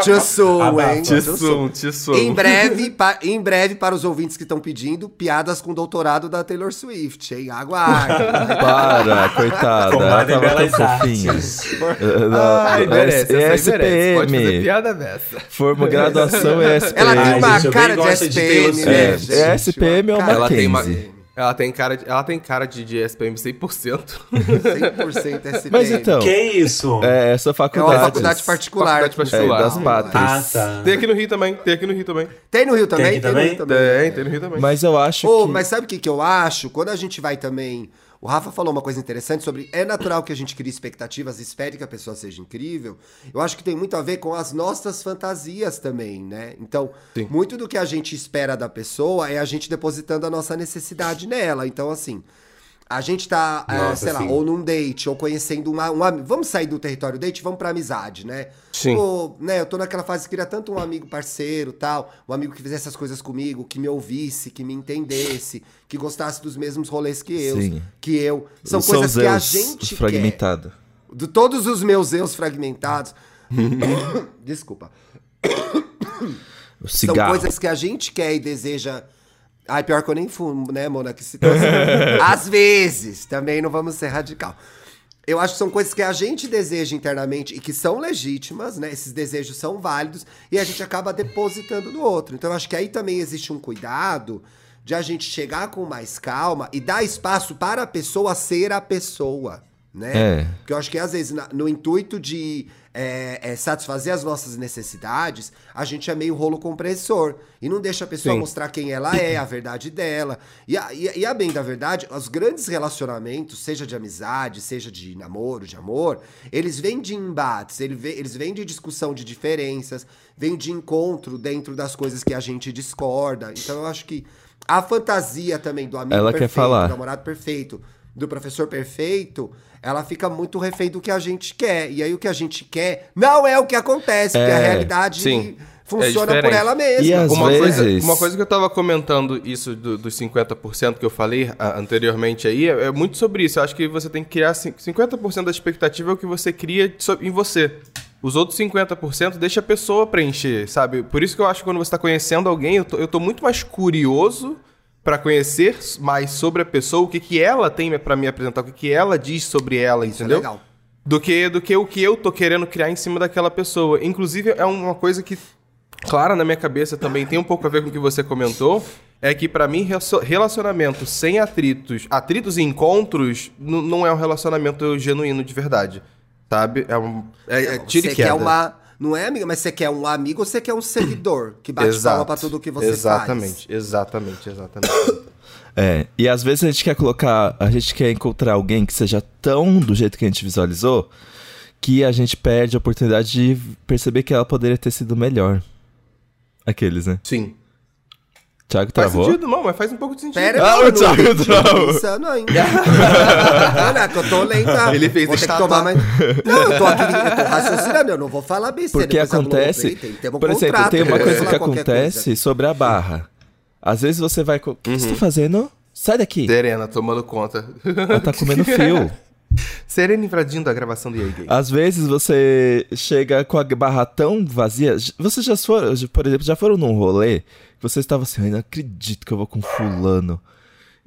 Tchussu, hein? Tchussu.
Tissum, tissum.
Em breve, pa- em breve, para os ouvintes que estão pedindo, piadas com doutorado da Taylor Swift,
[LAUGHS]
hein? Aguarde.
Para, coitada. Ela
Formada em
tava tão
belas
fofinha.
artes.
Eh, na-
Ai, Ah, merece,
é
essa aí merece. Pode fazer
SPM.
piada dessa.
Forma graduação é SPM.
Ela tem uma
gente, eu bem
cara de
gosto de Taylor
SPM,
Swift.
né?
É,
gente?
é SPM ou
cara
uma
Ela tem, uma,
Mackenzie.
ela tem cara, de, ela tem cara de, de SPM 100%.
100% SPM.
Mas então,
que isso?
é, é sua
É uma
faculdade.
faculdade particular.
Faculdade particular.
É, das patas.
Ah, tá.
Tem aqui no Rio também, tem aqui no Rio também.
Tem no Rio também?
aqui também?
no Rio
Tem, tem no Rio também.
Mas eu acho
Ô,
que.
mas sabe o que, que eu acho? Quando a gente vai também. O Rafa falou uma coisa interessante sobre é natural que a gente crie expectativas, espere que a pessoa seja incrível. Eu acho que tem muito a ver com as nossas fantasias também, né? Então, muito do que a gente espera da pessoa é a gente depositando a nossa necessidade nela. Então, assim, a gente tá, é,
Nossa,
sei lá,
sim.
ou num date, ou conhecendo uma, um ami- Vamos sair do território date, vamos pra amizade, né?
Sim.
Pô, né, eu tô naquela fase que queria tanto um amigo parceiro, tal, um amigo que fizesse as coisas comigo, que me ouvisse, que me entendesse, que gostasse dos mesmos rolês que eu,
Sim.
que eu. São
os
coisas
seus
que a
eus
gente quer.
fragmentado.
De todos os meus eus fragmentados.
[LAUGHS]
[COUGHS] Desculpa.
O
São
cigarro.
coisas que a gente quer e deseja. Ai, pior que eu nem fumo, né, Mona?
[LAUGHS]
Que situação. Às vezes, também não vamos ser radical. Eu acho que são coisas que a gente deseja internamente e que são legítimas, né? Esses desejos são válidos e a gente acaba depositando no outro. Então, eu acho que aí também existe um cuidado de a gente chegar com mais calma e dar espaço para a pessoa ser a pessoa, né?
É.
Porque eu acho que às vezes, na- no intuito de é, é, satisfazer as nossas necessidades, a gente é meio rolo compressor. E não deixa a pessoa
Sim.
mostrar quem ela é, a verdade dela. E a, e, a- e a bem da verdade, os grandes relacionamentos, seja de amizade, seja de namoro, de amor, eles vêm de embates, ele vê- eles vêm de discussão de diferenças, vêm de encontro dentro das coisas que a gente discorda. Então eu acho que a fantasia também do amigo
Ela quer
perfeito,
falar.
do namorado perfeito, do professor perfeito, ela fica muito refém do que a gente quer. E aí o que a gente quer não é o que acontece, porque a realidade
sim. É
funciona por
diferente.
ela mesma.
E às
uma,
vezes-
coisa, uma coisa que eu tava comentando isso do- dos 50% que eu falei a- anteriormente aí, é, é muito sobre isso. Eu acho que você tem que criar cin- 50% da expectativa é o que você cria so- em você. Os outros 50% deixa a pessoa preencher, sabe? Por isso que eu acho que quando você tá conhecendo alguém, eu tô, eu tô muito mais curioso pra conhecer mais sobre a pessoa, o que que ela tem pra me apresentar, o que que ela diz sobre ela,
Isso é
entendeu?
legal.
do que do que o que eu tô querendo criar em cima daquela pessoa. Inclusive é uma coisa que clara na minha cabeça também tem um pouco a ver com o que você comentou, é que pra mim relacio- relacionamento sem atritos, atritos e encontros n- não é um relacionamento genuíno de verdade, sabe? É um é, é tiro e
Você
queda.
quer uma. Não é, amiga? Mas você quer um amigo ou você quer um seguidor que bate
Exato.
palma pra tudo que você
exatamente, Exatamente, exatamente, exatamente. [COUGHS]
É, e às vezes a gente quer colocar, a gente quer encontrar alguém que seja tão do jeito que a gente visualizou, que a gente perde a oportunidade de perceber que ela poderia ter sido melhor. Aqueles, né?
Sim.
Thiago
Faz
travou?
sentido, não, mas faz um pouco de sentido.
Pera,
Ah, o
eu não-
Thiago
Tô
travou!
pensando ainda. Olha, que eu tô lenta.
Ele fez
vou ter que
estátua.
tomar mais. Não, eu tô aqui eu tô raciocinando, eu não vou falar besteira.
Porque
depois a
acontece,
Globoplay tem que ter um
por exemplo,
contrato,
tem uma
eu
coisa que
vou falar qualquer coisa.
acontece sobre a barra. Às vezes você vai... co- O que você tá fazendo? Sai daqui!
Serena tomando conta.
Ela tá comendo fio.
[LAUGHS] Serena invadindo a gravação do EA Game.
Às vezes você chega com a barra tão vazia. J- Vocês já foram, já- por exemplo, já foram num rolê que você estava assim, "Ai, não acredito que eu vou com fulano.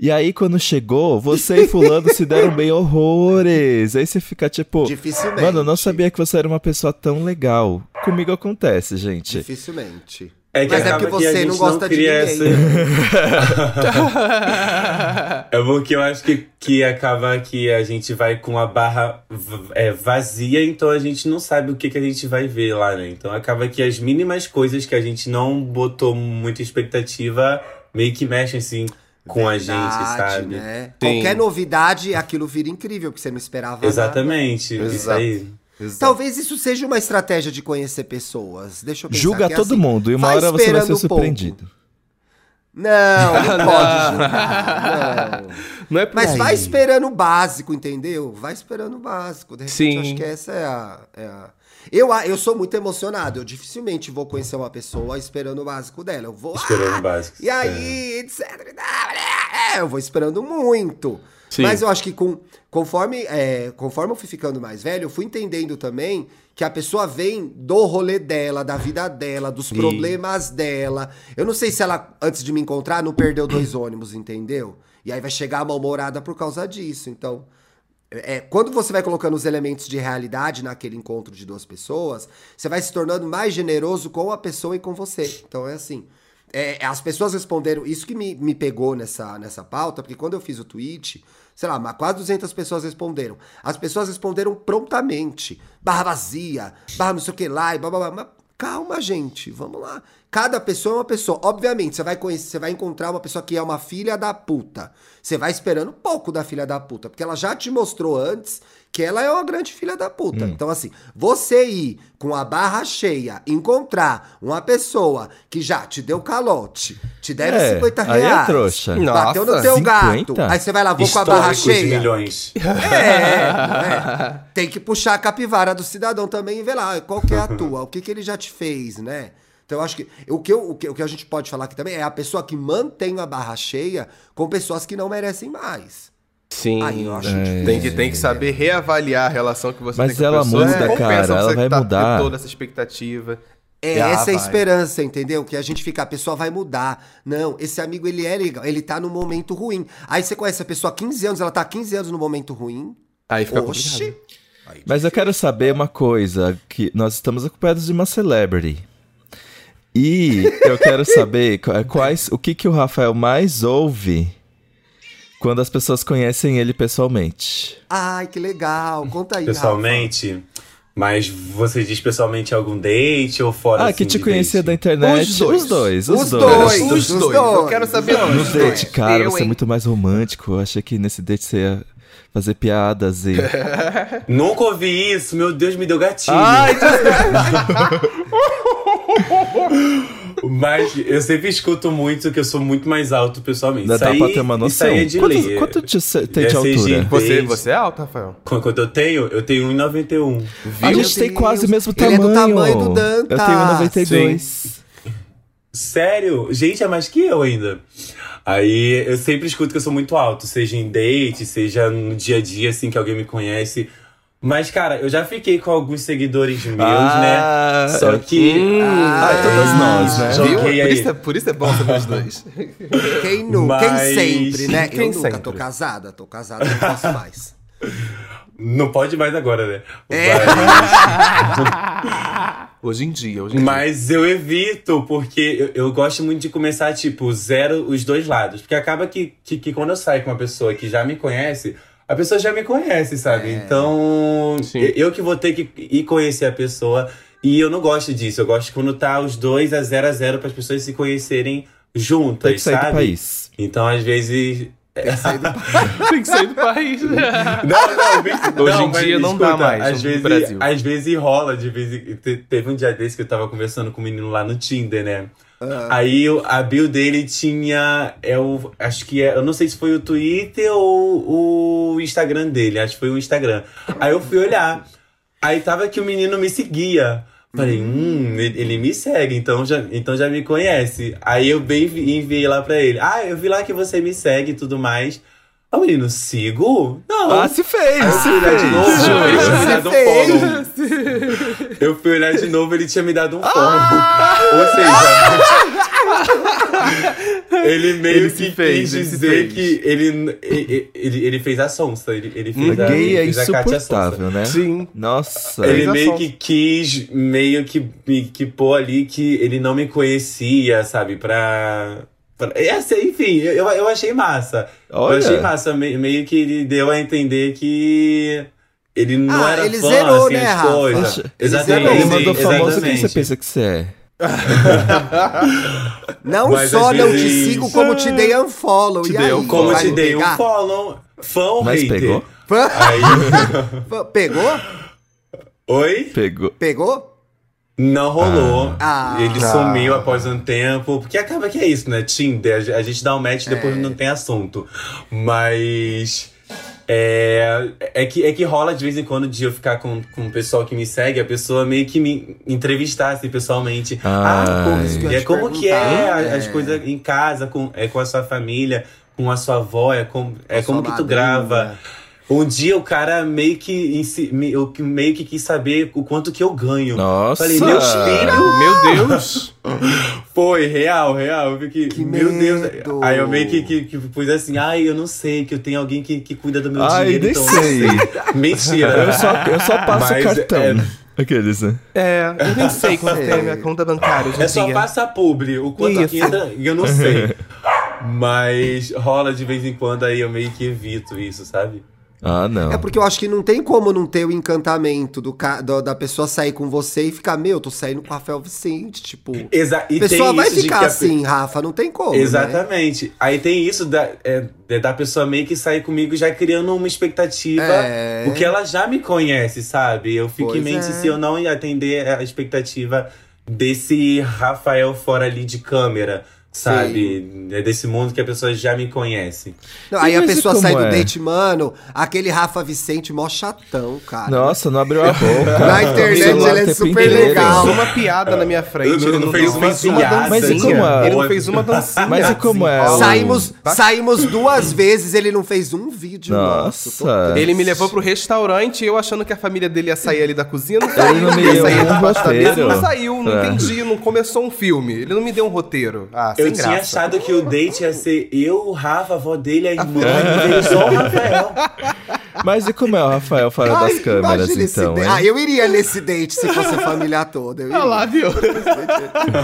E aí, quando chegou, você e fulano se deram bem horrores. Aí você fica tipo...
Dificilmente.
Mano, eu não sabia que você era uma pessoa tão legal. Comigo acontece, gente.
Dificilmente.
É que
Mas é
acaba
porque
que a
você
gente
não gosta de
cria
ninguém. [LAUGHS]
É porque eu acho que, que acaba que a gente vai com a barra v- é, vazia, então a gente não sabe o que, que a gente vai ver lá, né? Então acaba que as mínimas coisas que a gente não botou muita expectativa meio que mexem assim com a gente,
Verdade,
sabe?
Né?
Sim.
Qualquer novidade, aquilo vira incrível, porque você não esperava nada.
Exatamente, isso
Exato.
aí.
Talvez isso seja uma estratégia de conhecer pessoas. Deixa eu pensar
Julga
que é
todo
assim.
mundo e uma
vai
hora você vai
esperando
ser
um pouco.
surpreendido. [LAUGHS]
Não, não
Não.
pode julgar. não.
Não é por
Mas
aí.
vai esperando o básico, entendeu? Vai esperando o básico. De repente,
Sim.
acho que essa é a. é a- Eu, a- eu sou muito emocionado. Eu dificilmente vou conhecer uma pessoa esperando o básico dela. Eu vou.
Esperando o
"Ah,
básico. É.
E aí, etc. Ah, Eu vou esperando muito.
Sim.
Mas eu acho que com, conforme, é, conforme eu fui ficando mais velho, eu fui entendendo também que a pessoa vem do rolê dela, da vida dela, dos problemas dela. Eu não sei se ela, antes de me encontrar, não perdeu dois ônibus, entendeu? E aí vai chegar mal-humorada por causa disso. Então, é, quando você vai colocando os elementos de realidade naquele encontro de duas pessoas, você vai se tornando mais generoso com a pessoa e com você. Então é assim. é, as pessoas responderam. Isso que me, me pegou nessa, nessa pauta, porque quando eu fiz o tweet, sei lá, mas quase 200 pessoas responderam. As pessoas responderam prontamente. Barra vazia, barra não sei o que lá e blá blá blá. Mas calma, gente, vamos lá. Cada pessoa é uma pessoa. Obviamente, você vai conhecer, você vai encontrar uma pessoa que é uma filha da puta. Você vai esperando pouco da filha da puta, porque ela já te mostrou antes que ela é uma grande filha da
Hum.
puta. Então, assim, você ir com a barra cheia, encontrar uma pessoa que já te deu calote, te deram
É,
50
aí é
reais.
trouxa.
Bateu no
Nossa,
teu
50?
gato. Aí você vai lá, vou com a
Histórico
barra
de
cheia.
milhões.
É,
[LAUGHS]
é. Tem que puxar a capivara do cidadão também e ver lá qual que é a tua, o que, que ele já te fez, né? Então, eu acho que o que, eu- o, que, o que a gente pode falar aqui também é a pessoa que mantém a barra cheia com pessoas que não merecem mais.
Sim.
Aí eu acho
É.
difícil.
Tem que, tem que saber reavaliar a relação que você
Mas
tem com a
ela
pessoa. né?
muda,
Compensa
cara,
você
ela vai
tá- ter
mudar.
toda essa expectativa.
É
Ah,
essa é a
vai.
esperança, entendeu? Que a gente fica, a pessoa vai mudar. Não, esse amigo ele é legal, ele tá num momento ruim. Aí você conhece a pessoa há 15 anos, ela tá há 15 anos no momento ruim.
Aí fica complicado.
Oxi.
Mas eu quero saber uma coisa, que nós estamos acompanhados de uma celebrity. E eu
[LAUGHS]
quero saber qu- eh, quais, o que, que o Rafael mais ouve quando as pessoas conhecem ele pessoalmente.
Ai, que legal. Conta aí, Rafa.
Pessoalmente. Mas você diz pessoalmente algum date ou fora
ah,
assim,
que te
de
conhecia
date?
da internet.
Os dois.
Os dois. Os,
Os
dois.
dois.
Os dois.
os
Eu
dois.
quero saber
Os
onde.
No date, cara,
Eu,
você é
hein?
muito mais romântico. Eu achei que nesse date você ia fazer piadas
[LAUGHS]
e.
Nunca ouvi isso, meu Deus, me deu gatilho.
Ai,
Mas eu sempre escuto muito que eu sou muito mais alto pessoalmente.
Ainda
isso
dá
aí,
pra ter uma noção.
Isso aí é de
Quantos-
lei.
quanto te- cê tem de
Dessa
altura?
higiene.
Você,
Desde-
você é alto, Rafael.
Qu- Quanto eu tenho? Eu tenho 1,91.
a
Meu
gente tem
Deus,
quase o mesmo
ele
tamanho.
é do tamanho do tá. Dantas.
Eu tenho 92.
Sério? Gente, é mais que eu ainda. Aí eu sempre escuto que eu sou muito alto, seja em date, seja no dia a dia, assim, que alguém me conhece. Mas, cara, eu já fiquei com alguns seguidores meus,
Ah,
né? Só que.
Ah,
Ai,
todas nós, né?
Hum, Viu?
Joguei
Por
aí.
isso, é- por isso é bom saber os dois.
Quem nunca?
Mas-
Quem sempre, né?
Quem
eu nunca
sempre?
tô casada, tô casada, não posso mais.
Não pode mais agora, né?
É.
Mas-
[LAUGHS] Hoje em dia, hoje em
Mas eu evito, porque eu, eu gosto muito de começar, tipo, zero os dois lados. Porque acaba que, que, que quando eu saio com uma pessoa que já me conhece, a pessoa já me conhece, sabe? Então,
Sim.
eu, eu que vou ter que ir conhecer a pessoa. E eu não gosto disso. Eu gosto quando tá os dois a zero a zero para as pessoas se conhecerem juntas,
Tem que sair
sabe?
do país.
Então, às vezes.
dia. Tem que sair do país.
Não, não, vi-
Hoje em
mas
dia não dá mais,
Às
no
vezes,
Brasil.
às vezes rola, de vez em- te- teve um dia desse que eu tava conversando com um menino lá no Tinder, né? Aí eu- a bio dele tinha. É o, acho que é. Eu não sei se foi o Twitter ou o Instagram dele. Acho que foi o Instagram. Aí eu fui olhar. Aí tava que o menino me seguia. Falei, hum, ele, ele me segue, então já, então já me conhece. Aí eu bem vi- enviei lá pra ele. Ah, eu vi lá que você me segue e tudo mais. Ah, menino, sigo? Não.
Ah, [LAUGHS] se fez! se
olhar de novo,
fez!
ele
Juro.
tinha
é
me dado um follow. Eu fui olhar de novo, ele tinha me dado um follow.
Ah!
Ou seja.
[LAUGHS]
Ele meio
Ele se
que
fez,
quis
ele se
dizer
fez.
que ele, ele, ele, ele fez a sonsa. Ele, ele fez
Uhum.
a,
Gay é
ele fez a Kátia Sonsa.
insuportável, né?
Sim.
Nossa.
Ele
Fez a
meio
sonsa.
que quis, meio que, me- que pôr ali que ele não me conhecia, sabe? Pra. pra é assim, enfim, eu, eu achei massa.
Olha.
Eu achei massa, me- meio que ele deu a entender que ele não
Ah,
era
ele
fã,
zerou,
assim,
né,
as
Rafa?
coisas.
Ele
Exatamente,
Ele mandou famoso quem
exatamente.
você pensa que você é.
Não
Mas
só
às
não te
vezes-
sigo, como te dei unfollow.
Te
e
dei
aí,
unfollow.
Como eu
vai
te
me
dei um Ah.
pegar?
follow, fã ou
Mas
hater.
pegou?
Aí,
Pegou?
oi?
Pegou.
Pegou?
Não rolou.
Ah.
Ele
Ah.
sumiu após um tempo. Porque acaba que é isso, né? Tinder, a ge- a gente dá um
É.
match e depois não tem assunto. Mas. É, é, que, é que rola de vez em quando de eu ficar com, com o pessoal que me segue, a pessoa meio que me entrevistar assim, pessoalmente. Ah,
Ai.
como,
Isso
que eu ia
é,
te
como que é
perguntar,
as
é.
coisas em casa, com, é, com a sua família, com a sua avó, é, com, é
Com sua
como que tu
madrinha.
grava. Um dia o cara meio que, em si- me- eu que- meio que quis saber o quanto que eu ganho.
Nossa.
Falei, meus filhos.
Meu Deus!
Foi, real, real. Eu fiquei,
Que
meu
medo.
Deus. Aí eu meio que, que, que pus assim, ai, eu não sei, que eu tenho alguém que, que cuida do meu
Ai,
dinheiro.
nem
então eu não [LAUGHS]
sei.
Mentira.
Eu só, eu só passo o
Mas, é,
cartão. Aqueles, né?
É, eu nem sei quanto
Sei.
tem a minha conta bancária hoje
É
em
só
dia.
passa publi, o quanto
Isso.
aqui entra, eu
[LAUGHS]
não sei. Mas rola de vez em quando aí, eu meio que evito isso, sabe?
Ah, não.
É porque eu acho que não tem como não ter o encantamento do, ca- do- da pessoa sair com você e ficar, meu, tô saindo com o Rafael Vicente, tipo.
Exa e
A pessoa
tem
vai
isso de
ficar
que a-
assim, Rafa, não tem como. né?
Exatamente. Aí tem isso da, é, é da pessoa meio que sair comigo já criando uma expectativa.
É.
Porque ela já me conhece, sabe? Eu fico
Pois
em mente
é.
se eu não atender a expectativa desse Rafael fora ali de câmera, sabe? É desse mundo que a pessoa já me conhece.
Não, aí
E
a
mas e
pessoa
como
sai do
é?
date, mano, aquele Rafa Vicente mó chatão, cara.
Nossa, não
[LAUGHS]
abriu a boca.
Na
Tá
internet
no celular
ele é
o tempo
super
inteiro.
legal.
Fez uma piada na minha frente.
Ele não- não fez uma piada,
mas
dancinha.
como é?
Ele não fez uma dancinha.
Mas e como é?
Desenrola.
Saímos, saímos duas vezes, ele não fez um vídeo nosso. Tô-
Nossa.
Ele me levou pro restaurante, eu achando que a família dele ia sair ali da cozinha, não saiu.
Ele não me deu
saiu
um
do apartamento,
roteiro.
não saiu, não
É.
entendi, não começou um filme. Ele não me deu um roteiro. Ah, sem
eu
graça.
tinha achado que o date ia ser eu, o Rafa, a avó dele, a irmã,
Tá
e veio só o Rafael.
Mas e como é o Rafael fora
Ai,
das câmeras,
imagina esse
então?
date.
hein?
Ah, eu iria nesse date se fosse a família toda. eu iria.
viu? [LAUGHS]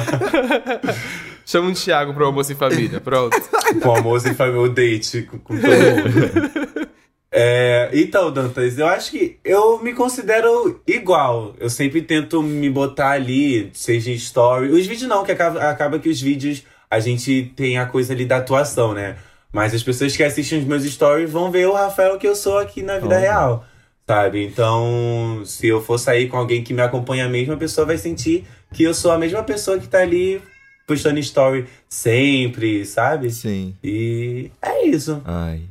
Chama o Thiago pro almoço em família, pronto.
Com o almoço e família, o date com, com todo mundo. É, então, Dantas, eu acho que eu me considero igual. Eu sempre tento me botar ali, seja em story. Os vídeos não, que acaba, acaba que os vídeos a gente tem a coisa ali da atuação, né? Mas as pessoas que assistem os meus stories vão ver o Rafael que eu sou aqui na vida real. Sabe? Então, se eu for sair com alguém que me acompanha mesmo, a pessoa vai sentir que eu sou a mesma pessoa que tá ali postando story sempre, sabe?
Sim.
E é isso.
Ai.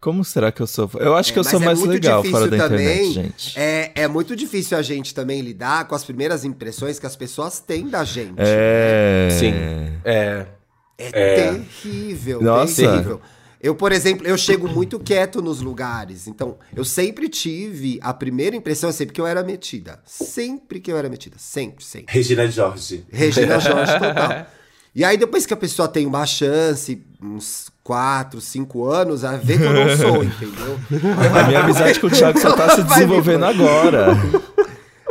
Como será que eu sou? Eu acho que eu
mas
sou
é
mais
muito
legal
difícil
fora da internet,
também.
gente.
É, é muito difícil a gente também lidar com as primeiras impressões que as pessoas têm da gente.
É.
Sim. É.
É,
É.
terrível,
Nossa.
terrível. Eu, por exemplo, eu chego muito quieto nos lugares. Então, eu sempre tive a primeira impressão, sempre que eu era metida. Sempre que eu era metida. Sempre, sempre.
Regina Jorge.
Regina Jorge total. E aí, depois que a pessoa tem uma chance, uns 4, 5 anos, a vê que eu não sou, entendeu?
A minha amizade com o Thiago só tá se
[LAUGHS] Vai me-
desenvolvendo agora.
[LAUGHS]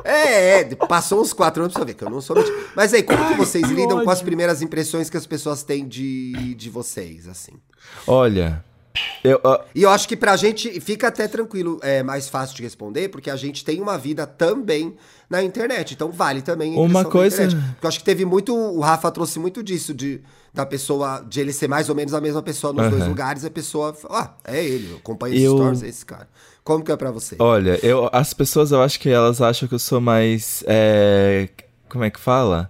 É, é, passou uns 4 anos pra ver que eu não sou metida. Mas aí, como que vocês lidam com as primeiras impressões que as pessoas têm de, de vocês, assim?
Olha. Eu, ó,
E eu acho que pra gente fica até tranquilo, é mais fácil de responder, porque a gente tem uma vida também na internet. Então vale também a
Uma
impressão da
coisa-
internet. Porque eu acho que teve muito. O Rafa trouxe muito disso, de da pessoa, de ele ser mais ou menos a mesma pessoa nos
Aham.
dois lugares, e a pessoa. Ó, é ele, eu acompanho esses
Eu-
stories, é esse cara. Como que é pra você?
olha, eu, as pessoas eu acho que elas acham que eu sou mais. é, como é que fala?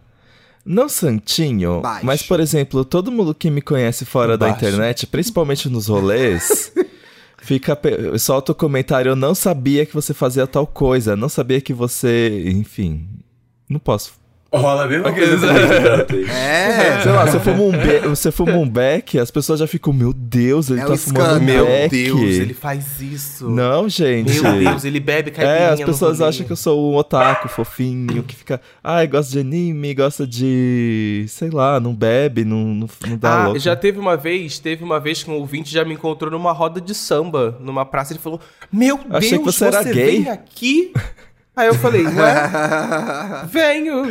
Não santinho,
Baixo.
mas por exemplo, todo mundo que me conhece fora da
Baixo.
internet, principalmente nos rolês,
[LAUGHS]
fica pe- solta o comentário: eu não sabia que você fazia tal coisa, não sabia que você, enfim, não posso
Rola a mesma coisa comigo, Dantas.
[LAUGHS]
É. [LAUGHS]
Sei lá, você fuma um, be
[LAUGHS]
você fuma um beck, as pessoas já ficam, meu Deus, ele
É
tá
um
fumando
escândalo.
um
Meu
beck.
Deus, ele faz isso.
Não, gente.
Meu Deus, ele bebe caipirinha.
É, as
no
pessoas
rolê.
acham que eu sou um otaku fofinho, que fica. Ai, gosta de anime, gosta de. sei lá, não bebe, não, não, não dá
Ah,
Tá louco.
já teve uma vez, teve uma vez que um ouvinte já me encontrou numa roda de samba, numa praça, ele falou: Meu
Achei que
Deus,
você era gay."
vem aqui? Aí eu
[LAUGHS]
falei, ué, venho!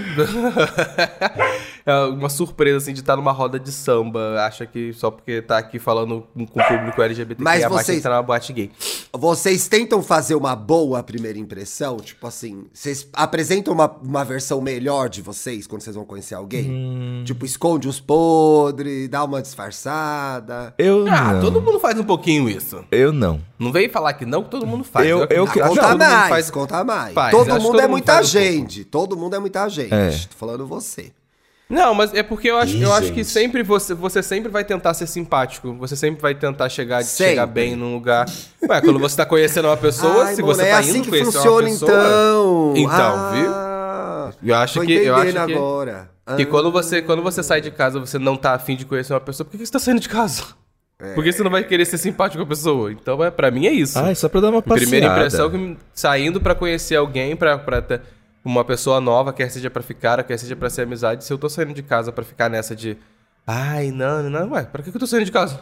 é uma surpresa, assim, de estar numa roda de samba. Acha que só porque tá aqui falando com com o público LGBT
Mas
que
vocês-
tá numa boate gay.
Vocês tentam fazer uma boa primeira impressão? Tipo assim, vocês apresentam uma, uma versão melhor de vocês quando vocês vão conhecer alguém?
Hum.
Tipo, esconde os podres, dá uma disfarçada.
Eu
Ah,
não.
todo mundo faz um pouquinho isso.
Eu não.
Não vem falar que não, que todo mundo faz.
Eu-
acredito
eu
que
que-
todo
Conta
não,
mundo
mais,
faz-
conta mais.
faz.
todo
Acho que
mundo
todo
é
mundo
muita
faz um pouco.
gente. Todo mundo é muita gente.
É.
Tô falando você.
Não, mas é porque eu acho,
Ih,
eu acho que
gente.
sempre você, você sempre vai tentar ser simpático. Você sempre vai tentar chegar,
Sempre.
chegar bem num lugar. Ué, quando você tá conhecendo uma pessoa,
Ai,
se
mano,
você
é
tá
assim
indo
que
conhecer
funciona,
uma pessoa.
então.
Então,
ah,
Eu acho
Tô
que. Eu acho
entendendo
que,
agora. Ah,
que quando você, quando você sai de casa, você não tá afim de conhecer uma pessoa, por que que você tá saindo de casa?
É.
Por que você não vai querer ser simpático com a pessoa? Então, é, pra mim é isso.
Ai, só pra dar uma passeada.
Primeira impressão que me- saindo pra conhecer alguém, pra, pra ter uma pessoa nova, quer seja pra ficar, quer seja pra ser amizade, se eu tô saindo de casa pra ficar nessa de ai, não, não, ué, pra que que eu tô saindo de casa?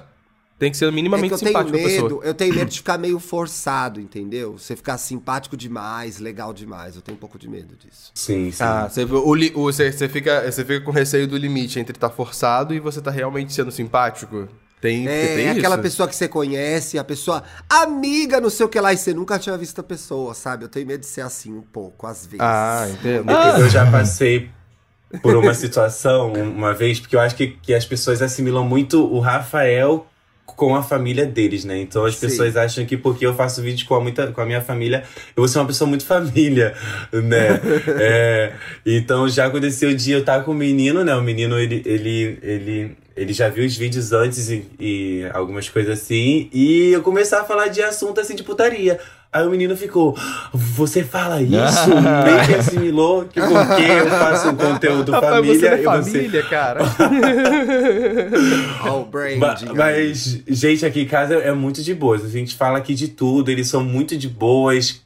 Tem que ser
É que
minimamente
eu tenho
simpático com a pessoa.
medo, eu tenho medo de ficar meio forçado, entendeu? Você ficar simpático demais, legal demais. Eu tenho um pouco de medo disso.
Sim, sim.
Ah, você, o li- o- você, você fica, você fica com receio do limite entre tá forçado e você tá realmente sendo simpático. Tem, porque
É,
tem
é aquela
isso.
pessoa que você conhece, a pessoa amiga, não sei o que lá, e você nunca tinha visto a pessoa, sabe? Eu tenho medo de ser assim um pouco, às vezes.
Ah, entendo.
Eu já passei por uma situação uma vez, porque eu acho que, que as pessoas assimilam muito o Rafael com a família deles, né? Então as
Sim.
pessoas acham que porque eu faço vídeos com a, muita, com a minha família, eu vou ser uma pessoa muito família, né? É, então já aconteceu de eu estar com o menino, né? O menino, ele, ele, ele, ele já viu os vídeos antes e, e algumas coisas assim, e eu começar a falar de assunto assim de putaria. Aí o menino ficou, você fala isso?
[LAUGHS]
Nem que assimilou que porque eu faço um conteúdo
Rapaz, você
família,
é
e você
família,
[LAUGHS]
cara.
Ó, o branding.
Ma-
aí.
Mas, gente, aqui em casa é muito de boas. A gente fala aqui de tudo, eles são muito de boas.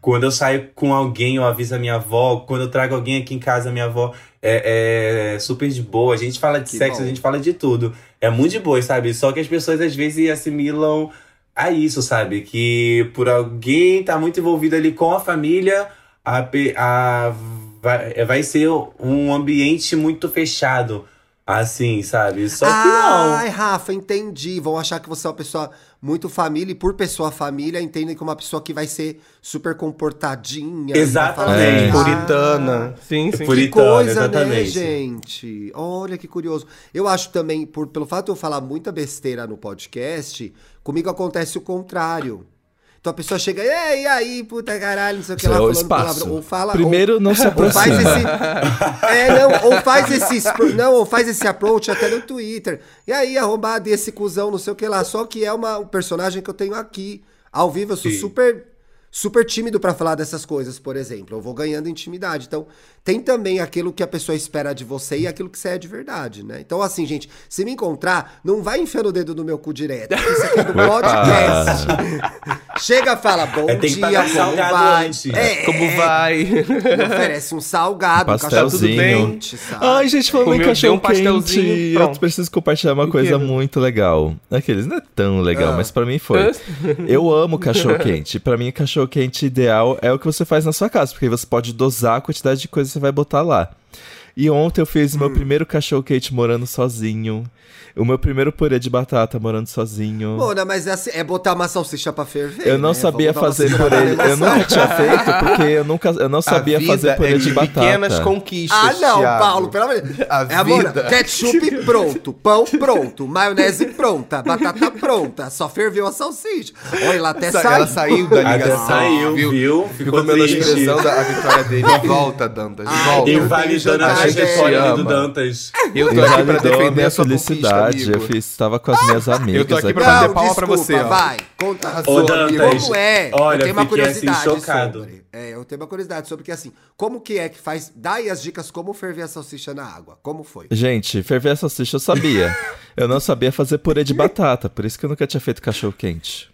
Quando eu saio com alguém, eu aviso a minha avó. Quando eu trago alguém aqui em casa, a minha avó é, é super de boa. A gente fala de
Que
sexo,
bom.
a gente fala de tudo. É muito de boas, sabe? Só que as pessoas às vezes assimilam a isso, sabe? Que por alguém tá muito envolvido ali com a família, a, pe- a- vai, é, vai ser um ambiente muito fechado. Assim, sabe? Só que não.
Ai, Rafa, entendi. Vão achar que você é uma pessoa muito família e por pessoa família entendem como uma pessoa que vai ser super comportadinha. e vai falar
Exatamente.
assim, ah,
Puritana. Sim, sim.
Puri- Britânia,
Que coisa, né,
exatamente.
gente? Olha que curioso. Eu acho também, por- pelo fato de eu falar muita besteira no podcast, comigo acontece o contrário. Então a pessoa chega, "É, e aí, puta caralho, não sei o que
Isso
lá,
é o
falando
espaço.
palavrão. Ou fala,
Primeiro, não se
[LAUGHS] ou, ou faz
aproxima.
esse... É, não, ou faz esse... espro- Não, ou faz esse approach até no Twitter. E aí, arrombado, e esse cuzão, não sei o que lá. Só que é uma, um personagem que eu tenho aqui. Ao vivo, eu sou
Sim.
super super tímido pra falar dessas coisas, por exemplo. Eu vou ganhando intimidade. Então, tem também aquilo que a pessoa espera de você e aquilo que você é de verdade, né? Então, assim, gente, se me encontrar, não vai enfiando o dedo no meu cu direto. porque Isso aqui é do
[LAUGHS]
podcast. Chega, fala, bom
É, tem que
dia,
pagar
como
salgado
vai?
antes. né?
É,
Como vai?
me oferece um salgado, um cachorro
Pastelzinho.
quente, sabe?
Ai, gente, falando em
Comeu, deu um
cachorro
pastelzinho,
quente, eu
pronto.
preciso compartilhar uma coisa
quê?
muito legal. Aqueles não é tão legal,
Ah.
mas pra mim foi. Eu amo
[LAUGHS]
cachorro quente. Pra mim, cachorro quente ideal é o que você faz na sua casa, porque aí você pode dosar a quantidade de coisa que você vai botar lá. E ontem eu fiz
Hum.
o meu primeiro cachorro quente morando sozinho, o meu primeiro purê de batata morando sozinho.
Mona, mas é, assim, é botar uma salsicha pra ferver.
Eu não
né?
sabia
Vamos dar uma
fazer purê. Eu nunca tinha feito porque eu nunca, eu não sabia
A vida
fazer purê
é
de, batata.
pequenas conquistas,
Ah, não,
Thiago.
Paulo, pelo amor de Deus.
A
é, amor,
vida. [LAUGHS]
ketchup pronto, pão pronto, maionese pronta, batata pronta, só ferveu a salsicha. Olha, lá até
Sa-
saiu.
Ela saiu da
Até
ligação.
saiu, viu?
Ficou Ah,
Ficou triste.
menosprezando a vitória dele. Volta, Dantas.
Ai,
Volta.
eu
Invalidando
tenho
a
Achei gente te
trajetória do
ama.
Dantas.
tá
Eu tô aqui pra
Invalidou a
defender
minha
a sua felicidade.
felicidade. Eu fiz, tava com as minhas amigas
tô aqui pra
aqui.
bater
Não,
palma é pra
desculpa,
você, ó.
vai. Conta a
Ô,
sua, amigo.
Dantas,
Como é?
olha,
eu tenho uma
fiquei, assim,
curiosidade
chocado.
sobre. É, eu tenho uma curiosidade sobre que assim, como que é que faz... Dá aí as dicas como ferver a salsicha na água. Como foi?
Gente, ferver a salsicha eu sabia. eu não sabia fazer purê de batata, por isso que eu nunca tinha feito cachorro quente.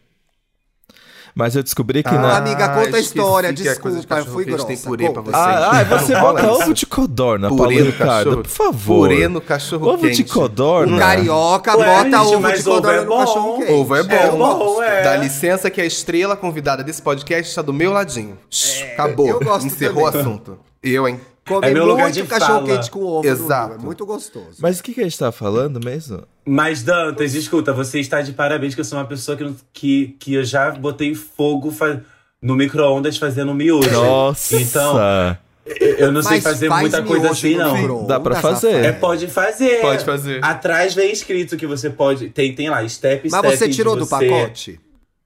Mas eu descobri que
Ah,
na.
amiga, conta a
esqueci
história,
que é coisa de
desculpa, eu
cachorro
fui
que a gente
grossa,
Tem purê pra
conta.
você.
Ah, ah, você
Não
bota
fala isso.
ovo de codorna, Paulo
Purê no
Ricardo,
cachorro.
por favor.
Purê no cachorro
Ovo de
quente.
codorna.
O Um carioca
Ué,
bota
gente,
ovo
mas
de
ovo
codorna
é
no
bom.
cachorro quente.
Ovo é bom.
É bom, é.
Dá licença que a estrela convidada desse podcast está do meu ladinho. Shhh, Acabou.
eu gosto
Encerrou
também.
o assunto. Eu, hein?
Come
É meu lugar
muito
de
cachorro
fala.
quente com ovo. no
Exato.
Rio, É muito gostoso.
Mas o que, que a gente tava falando mesmo?
Mas, Dantas, escuta, você está de parabéns, que eu sou uma pessoa que, não- que, que eu já botei fogo fa- no micro-ondas fazendo miojo.
Nossa!
Então, eu eu não sei
Mas
fazer
faz
muita coisa
miojo
assim,
no
não.
micro-ondas,
Dá pra fazer.
É,
Rafael.
pode fazer.
Pode fazer.
Atrás vem escrito que você pode. Tem, tem lá, step,
Mas
step.
você tirou
de
do
você-
pacote?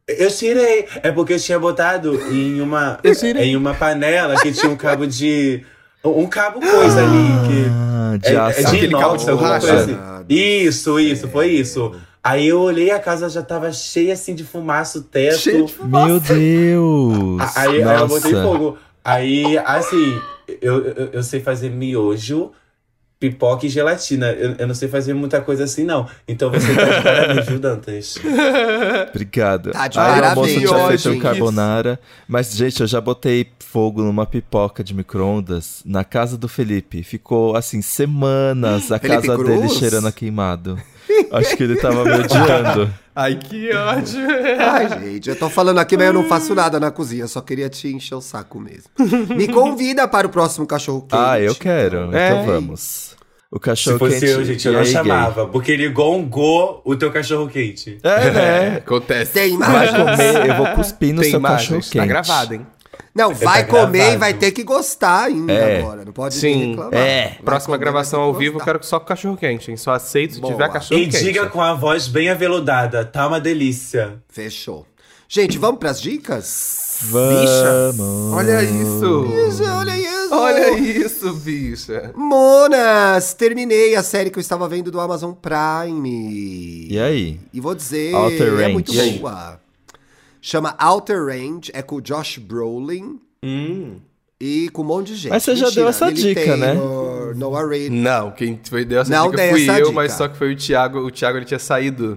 Eu tirei. É porque eu tinha botado em uma, em uma panela que tinha um cabo de. Um cabo coisa ali. Que,
Ah, de
é,
aço.
é de
Aquele cabo
inox,
de
alguma
borracha.
coisa assim. Isso, isso,
É.
foi isso. Aí eu olhei a casa já tava cheia assim de fumaça, o teto.
Meu Deus!
A- Aí, aí eu botei
Nossa.
fogo. Aí, assim, eu, eu, eu sei fazer miojo, pipoca e gelatina. Eu, eu não sei fazer muita coisa assim, não. Então você tá de parabéns,
[LAUGHS]
viu, Dantas?
Obrigado.
Tá de
Aí o
parabéns,
almoço tinha feito um
gente.
carbonara. Mas, gente, eu já botei fogo numa pipoca de micro-ondas na casa do Felipe. Ficou, assim, semanas a
Felipe
casa
Cruz?
dele cheirando a queimado. Acho que ele tava me
[LAUGHS]
odiando.
Ai, que ódio.
Ai, gente, eu tô falando aqui, mas eu não faço nada na cozinha. Eu só queria te encher o saco mesmo. [LAUGHS] Me convida para o próximo cachorro quente.
Ah, eu quero.
É.
Então vamos. O
Se
cachorro
fosse
quente.
eu, gente,
e
eu não
aí, gay.
chamava. Porque ele gongou o teu cachorro quente.
É,
[LAUGHS]
né?
Acontece.
Tem
Vai
imagens.
comer, eu vou cuspir no
Tem
seu
imagens.
cachorro quente.
Tá gravado, hein?
Não, vai
tá
comer
gravado.
e vai ter que gostar ainda
É.
agora. Não pode
Sim,
reclamar.
é.
Vai
Próxima
comer,
gravação
vai ter
ao
que
vivo, eu
gostar.
quero que só com cachorro quente, hein? Só aceito se
Boa.
tiver cachorro
E
quente.
diga com a voz bem aveludada, tá uma delícia.
Fechou. Gente, vamos pras dicas?
Vamos.
Olha isso.
Olha isso!
Olha isso, bicha.
Monas, terminei a série que eu estava vendo do Amazon Prime.
E aí?
E vou dizer,
Outer
é
Range.
muito
E aí?
boa. Chama Outer Range, é com o Josh Brolin
Hum.
e com um monte de gente.
Mas você já deu essa
Lily
dica, né?
Taylor, Noah Reed.
Não, quem foi- deu essa
Não
dica
dei
fui
essa
eu,
dica.
mas só que foi o Thiago. O Thiago, ele tinha saído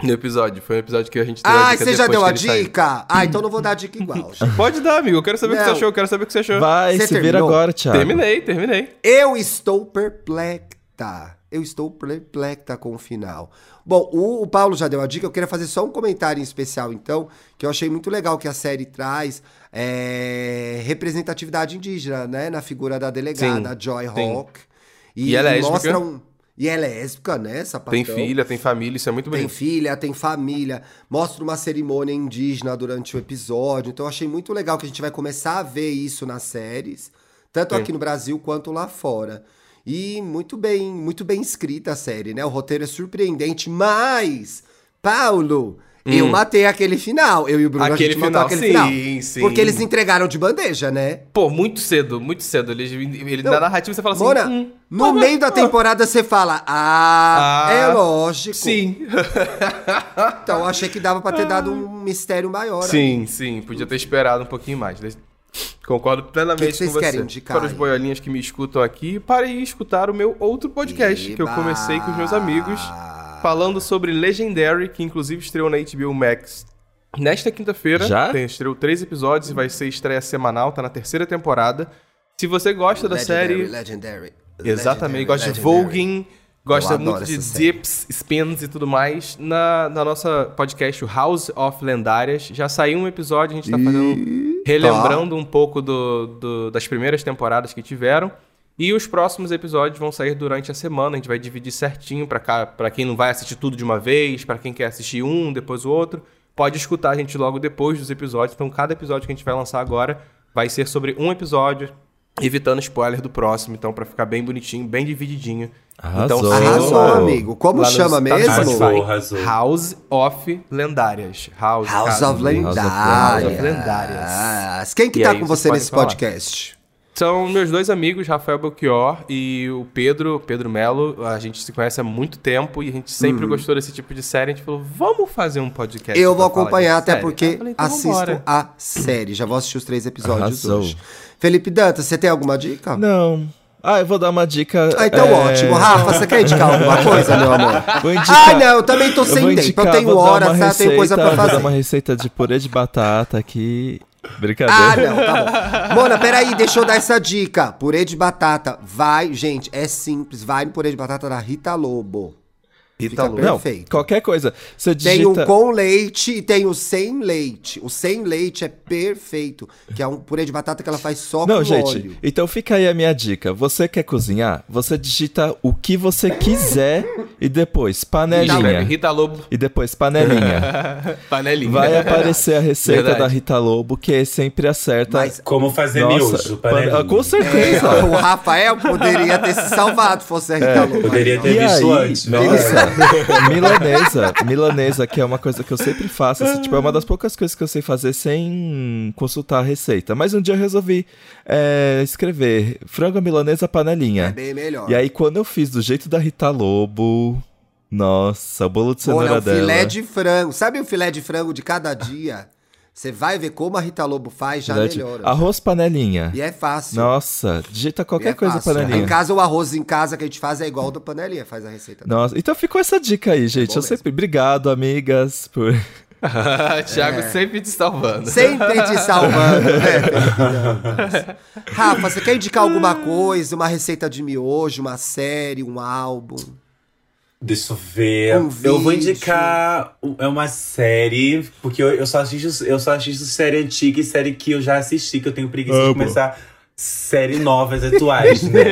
no episódio. Foi um episódio que a gente deu a
Ah,
dica
você já
depois
deu a
que ele saiu.
dica? Ah, então não vou dar a
[LAUGHS]
dica igual. gente.
Pode dar, amigo. Eu quero saber o que você
Não.
achou. Eu quero saber o que você achou.
Vai,
Você
se vira
terminou?
agora, Thiago.
Terminei, terminei.
Eu estou perplexa. Eu estou perplexa com o final. Bom, o, o Paulo já deu a dica. Eu queria fazer só um comentário em especial, então, que eu achei muito legal que a série traz é, representatividade indígena, né? Na figura da delegada
Sim,
Joy
sim.
Hawk.
E ela é lésbica.
mostra um- E é lésbica, né? Sapatão.
Tem filha, tem família, isso é muito
Tem
bonito.
filha, tem família, mostra uma cerimônia indígena durante o episódio. Então eu achei muito legal que a gente vai começar a ver isso nas séries, tanto
Sim.
aqui no Brasil quanto lá fora. E muito bem, muito bem escrita a série, né? O roteiro é surpreendente, mas Paulo, eu matei aquele final. Eu e o Bruno a
Hum. Aquele
gente matou
final,
aquele
sim,
final.
sim.
Porque eles entregaram de bandeja, né?
Pô, muito cedo, muito cedo. Ele, ele-
Não.
na narrativa você fala assim.
Mora,
hum,
no meio da temporada você fala: "Ah,
Ah,
é lógico".
sim. Ah.
Então eu achei que dava pra ter dado um mistério maior.
Sim, sim. Podia ter esperado um pouquinho mais. Des- Concordo plenamente
O que que vocês
com você.
querem indicar
Para os
aí?
boiolinhas que me escutam aqui, para ir escutar o meu outro podcast que eu
Eba!
comecei com os meus amigos, falando sobre Legendary, que inclusive estreou na HBO Max. Nesta quinta-feira,
Já?
Tem, estreou três episódios e vai ser estreia semanal, tá na terceira temporada. Se você gosta da série,
Legendary, Legendary.
Exatamente,
Legendary,
gosta de
Legendary.
voguing, gosta
Eu adoro
muito de
essa série.
zips, spins e tudo mais. Na, na nossa podcast, o House of Lendárias, já saiu um episódio, a gente tá fazendo, relembrando um pouco do, do- das primeiras temporadas que tiveram. E os próximos episódios vão sair durante a semana, a gente vai dividir certinho pra cá, para quem não vai assistir tudo de uma vez, pra quem quer assistir um, depois o outro. Pode escutar a gente logo depois dos episódios, então cada episódio que a gente vai lançar agora vai ser sobre um episódio, evitando spoiler do próximo, então pra ficar bem bonitinho, bem divididinho.
Arrasou.
Então,
Arrasou,
sigam lá-
amigo. Como
lá no-
chama
tá no
mesmo?
Spotify.
Arrasou, arrasou.
House of Lendárias.
House
House, cara.
House
of
of
Lendárias.
Lendárias.
Lendárias.
Quem que
E
tá
aí,
com
vocês
você
podem
nesse
falar.
podcast?
São meus dois amigos, Rafael Belchior e o Pedro, Pedro Melo. A gente se conhece há muito tempo e a gente sempre gostou desse tipo de série. A gente falou, vamos fazer um podcast.
Uhum. Eu
pra
vou
falar de
acompanhar, até
série.
porque
Ah,
Eu falei, então
assisto
vambora.
a série. Já vou assistir os três episódios
Arrasou.
hoje. Felipe Dantas, você tem alguma dica?
Não. Ah, eu vou dar uma dica.
Ah, então
é,
ótimo. Rafa, você quer indicar alguma coisa,
[LAUGHS]
meu amor?
Vou
[LAUGHS] Ah,
indicar.
não, eu também tô sem
vou
tempo. Eu
indicar,
tenho
vou dar uma
horas, tá? Eu tenho coisa pra
receita- Vou
fazer.
dar uma receita de purê de batata aqui.
Ah,
Brincadeira.
não, tá bom. Mona, peraí, deixa eu dar essa dica. Purê de batata. Vai, gente, é simples. Vai no purê de batata da Rita Lobo. Fica
Rita Lobo.
[LAUGHS] Não,
perfeito.
qualquer coisa. Você
Tem um
digita...
o com leite e tem o sem leite. O sem leite é perfeito, que é um purê de batata que ela faz só
Não,
com
gente,
óleo.
então fica aí a minha dica. Você quer cozinhar? Você digita o que você quiser e depois
Escreve
panelinha.
Rita Lobo, [LAUGHS]
E depois panelinha.
panelinha.
Vai aparecer a receita
Verdade.
da Rita Lobo, que é sempre acerta.
Mas
Como fazer é miojo,
pan-
panelinha.
ah, com
é,
certeza.
o Rafael poderia ter se salvado fosse a Rita
É,
Lobo.
Poderia
mas
ter
E
visto
aí,
antes. né?
nossa, milanesa, milanesa, que é uma coisa que eu sempre faço, assim, tipo, é uma das poucas coisas que eu sei fazer sem consultar a receita. Mas um dia eu resolvi é, escrever frango à milanesa
não. É
panelinha.
bem melhor.
E aí, quando eu fiz do jeito da Rita Lobo. Nossa, o bolo de cenoura
Olha, o
dela.
é um
né?
filé de frango. Sabe o filé de frango de cada dia? Você vai ver como a Rita Lobo faz, já
Filé de-
melhora.
Arroz panelinha.
E é fácil.
Nossa, digita qualquer
É
coisa
fácil. Em
panelinha.
casa, o arroz em casa que a gente faz é igual ao da panelinha, faz a receita.
Nossa, então ficou essa dica aí, gente.
É bom
eu
mesmo.
sempre. Obrigado, amigas, por.
[LAUGHS] Thiago
É.
sempre te salvando.
[LAUGHS]
Sempre te salvando, né? Felipe? Rafa, você quer indicar alguma coisa? Uma receita de miojo, uma série, um álbum?
[LAUGHS] Deixa eu ver.
Um
eu vou
vídeo.
indicar um- é uma série, porque eu, eu só assisto, eu só assisto série antiga e série que eu já assisti, que eu tenho preguiça de
Amo.
começar série novas
[LAUGHS]
atuais, né?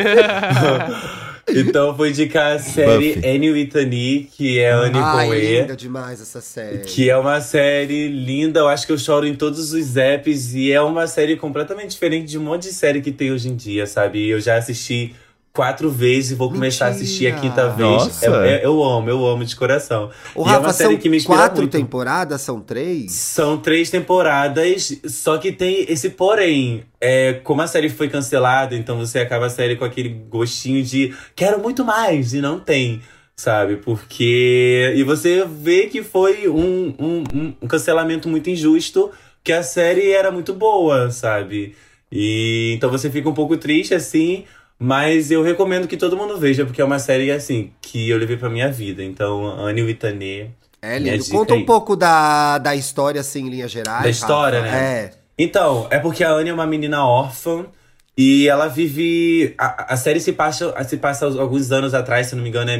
então eu vou indicar a série
Buffy.
Annie Whitney, que é Annie
Ai,
Poe.
Ah, linda demais essa série.
Que é uma série linda, eu acho que eu choro em todos os apps e é uma série completamente diferente de um monte de série que tem hoje em dia, sabe? Eu já assisti quatro vezes e vou começar a assistir a
Mentira!
quinta vez.
Nossa!
É- é- eu amo, eu amo de coração.
O
E é
Rafa,
uma série
são
que me inspira
quatro
muito.
temporadas? São três?
São três temporadas, só que tem esse porém. É, como a série foi cancelada, então você acaba a série com aquele gostinho de quero muito mais e não tem, sabe? Porque. E você vê que foi um, um, um- um cancelamento muito injusto, que a série era muito boa, sabe? E então você fica um pouco triste assim. Mas eu recomendo que todo mundo veja, porque é uma série assim que eu levei pra minha vida. Então, Anne Whitney
É
Minha
lindo.
dica
Conta um
aí.
pouco da, da história, assim, em linhas gerais.
Da história, né?
É.
Então, é porque a Anne é uma menina órfã e ela vive. A, a série se passa, se passa alguns anos atrás, se não me engano, é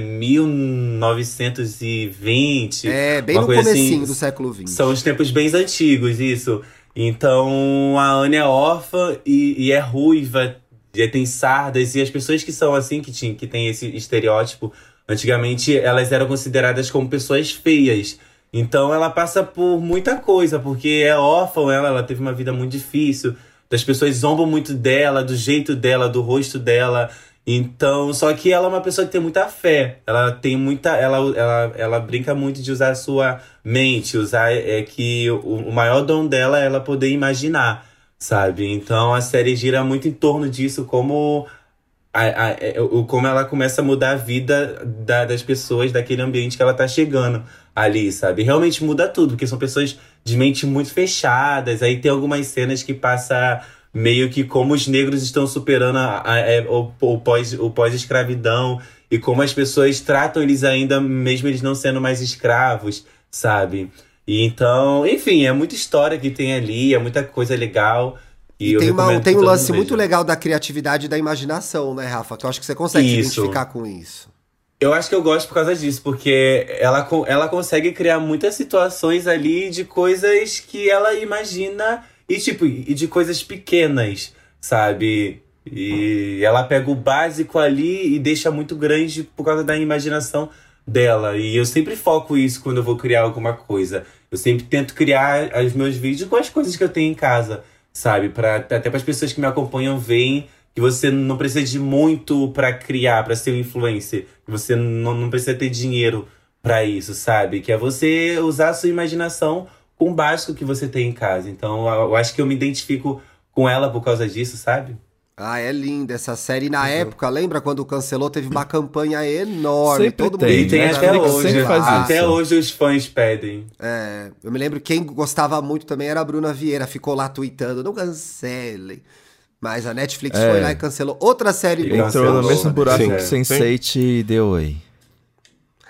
1920.
É, bem
Tipo, Uma
no
coisa
comecinho
assim,
do século XX.
São os tempos bem antigos, isso. Então a Anne é órfã e, e é ruiva, e tem sardas, e as pessoas que são assim, que, tinha, que tem esse estereótipo, antigamente elas eram consideradas como pessoas feias. Então ela passa por muita coisa, porque é órfã ela, ela teve uma vida muito difícil, as pessoas zombam muito dela, do jeito dela, do rosto dela. Então, só que ela é uma pessoa que tem muita fé. Ela tem muita. Ela, ela, ela brinca muito de usar a sua mente, usar é que o, o maior dom dela é ela poder imaginar, sabe? Então a série gira muito em torno disso, como a, a- é, o- como ela começa a mudar a vida da- das pessoas, daquele ambiente que ela tá chegando ali, sabe? Realmente muda tudo, porque são pessoas de mente muito fechadas. Aí tem algumas cenas que passa meio que como os negros estão superando a- a- é, o, o pós- o pós-escravidão e como as pessoas tratam eles ainda, mesmo eles não sendo mais escravos, sabe? E então, enfim, é muita história que tem ali, é muita coisa legal. E,
E
eu
tem, uma-
recomendo que
tem um
todo
lance
mundo
muito
veja.
legal da criatividade e da imaginação, né, Rafa? Que eu acho que você consegue se
Isso.
identificar com isso.
Eu acho que eu gosto por causa disso, porque ela, co- ela consegue criar muitas situações ali de coisas que ela imagina e, tipo, e de coisas pequenas, sabe? E ela pega o básico ali e deixa muito grande por causa da imaginação dela. E eu sempre foco isso quando eu vou criar alguma coisa. Eu sempre tento criar os meus vídeos com as coisas que eu tenho em casa, sabe? Pra, até para as pessoas que me acompanham veem que você não precisa de muito pra criar, pra ser um influencer. Que você não, não precisa ter dinheiro pra isso, sabe? Que é você usar a sua imaginação com o básico que você tem em casa. Então, eu acho que eu me identifico com ela por causa disso, sabe?
Ah, é linda essa série. E
Uhum.
na época, lembra quando cancelou, teve uma campanha enorme.
Sempre
todo
tem,
mundo
E tem
né?
até
Netflix
hoje.
sempre faz
Até
isso.
hoje os fãs pedem.
É, Ah, eu me lembro que quem gostava muito também era a Bruna Vieira, ficou lá tweetando, não cancelem. Mas a Netflix
É.
foi lá e cancelou outra série.
E
boa.
Entrou no
Cancelou,
mesmo
né?
buraco
Sim.
que Sense8 e deu aí.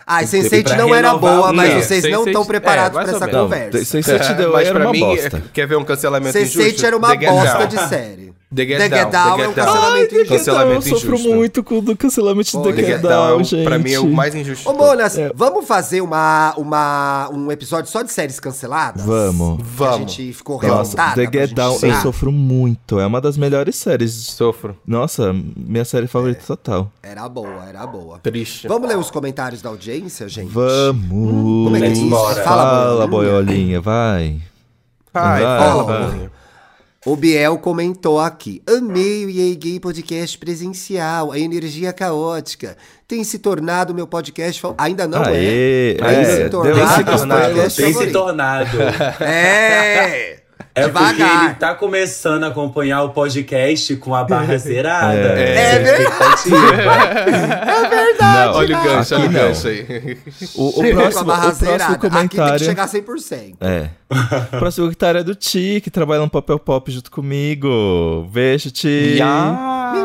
Ah, e Sense8
pra
não era
renovar
boa,
o
mas
quê?
vocês não
Sense8
estão
é,
preparados
mais
pra
ou
essa
menos.
Não,
conversa.
Sense8 deu aí
[LAUGHS] Mas
era
pra
uma [LAUGHS]
mim,
bosta.
é- quer ver um cancelamento
Sense8
injusto?
era uma
The Get
bosta
Down.
de série.
The Get,
The Get Down é um cancelamento injusto.
eu
Cancelamento
sofro
injusto.
muito com o cancelamento
Pô,
do
The Get
Down,
Down,
gente.
pra mim, é o mais injusto.
Ô,
de todos.
Monas, vamos fazer uma, uma, um episódio só de séries canceladas?
Vamos.
Que A
Vamos.
gente ficou
Nossa,
revoltada.
The
pra
Get
gente
Down, eu
tirar.
sofro muito. É uma das melhores séries.
Sofro.
Nossa, minha série favorita total.
Era boa, era boa.
Triste.
Vamos ler os comentários da audiência, gente?
Vamos!
Como é que é isso?
Bora.
Fala,
Fala,
boiolinha, vai. Vai,
Ai, fala,
vai.
Boninho.
O Biel comentou aqui: Amei o EA Gay Podcast presencial, a energia caótica. Tem se tornado meu podcast. fa- Ainda não é.
Aê!
Aí
é,
se
deu
tornava
cinco
um
estrelas.
podcast.
Tem se
favorito.
[LAUGHS]
tornado.
É!
É porque
Devagar.
ele tá começando a acompanhar o podcast com
[LAUGHS]
a barra zerada.
É.
É,
É.
Não,
Olha o
aqui
gancho, olha o
não.
gancho aí.
O, o
Chegou com a
próximo,
barra
o próximo
zerada. Aqui tem que
comentário.
chegar a 100%.
É. O próximo comentário é do Ti, que trabalha no Papel Pop junto comigo. Beijo, Ti.
Mentira, Ah,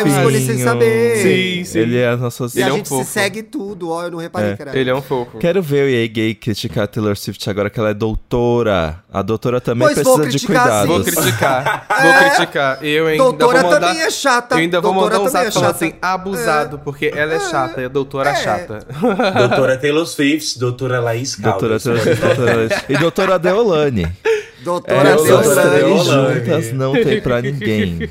eu
Fofinho.
escolhi sem saber.
Sim, sim.
Ele é as nossas.
E
Ele
a
é um
gente
fofo.
se segue tudo, ó, eu não reparei,
É.
cara.
Ele é um fofo.
Quero ver o EA Gay criticar a Taylor Swift agora que ela é doutora. A doutora também
Pois vou
precisa de
criticar,
cuidados.
Vou criticar, vou criticar. Eu ainda
É. Doutora
vou mandar...
também é chata.
Eu ainda vou
Doutora
mandar um
também é
zap falando
chata.
assim, abusado, porque ela é chata, é a doutora
É.
chata.
doutora Taylor Swift, doutora Laís
Doutora
Caldas.
Taylor Swift, doutora- E doutora Deolane.
Doutora
É,
Deus,
Essas
Doutora
três
Deolane.
juntas não tem pra ninguém.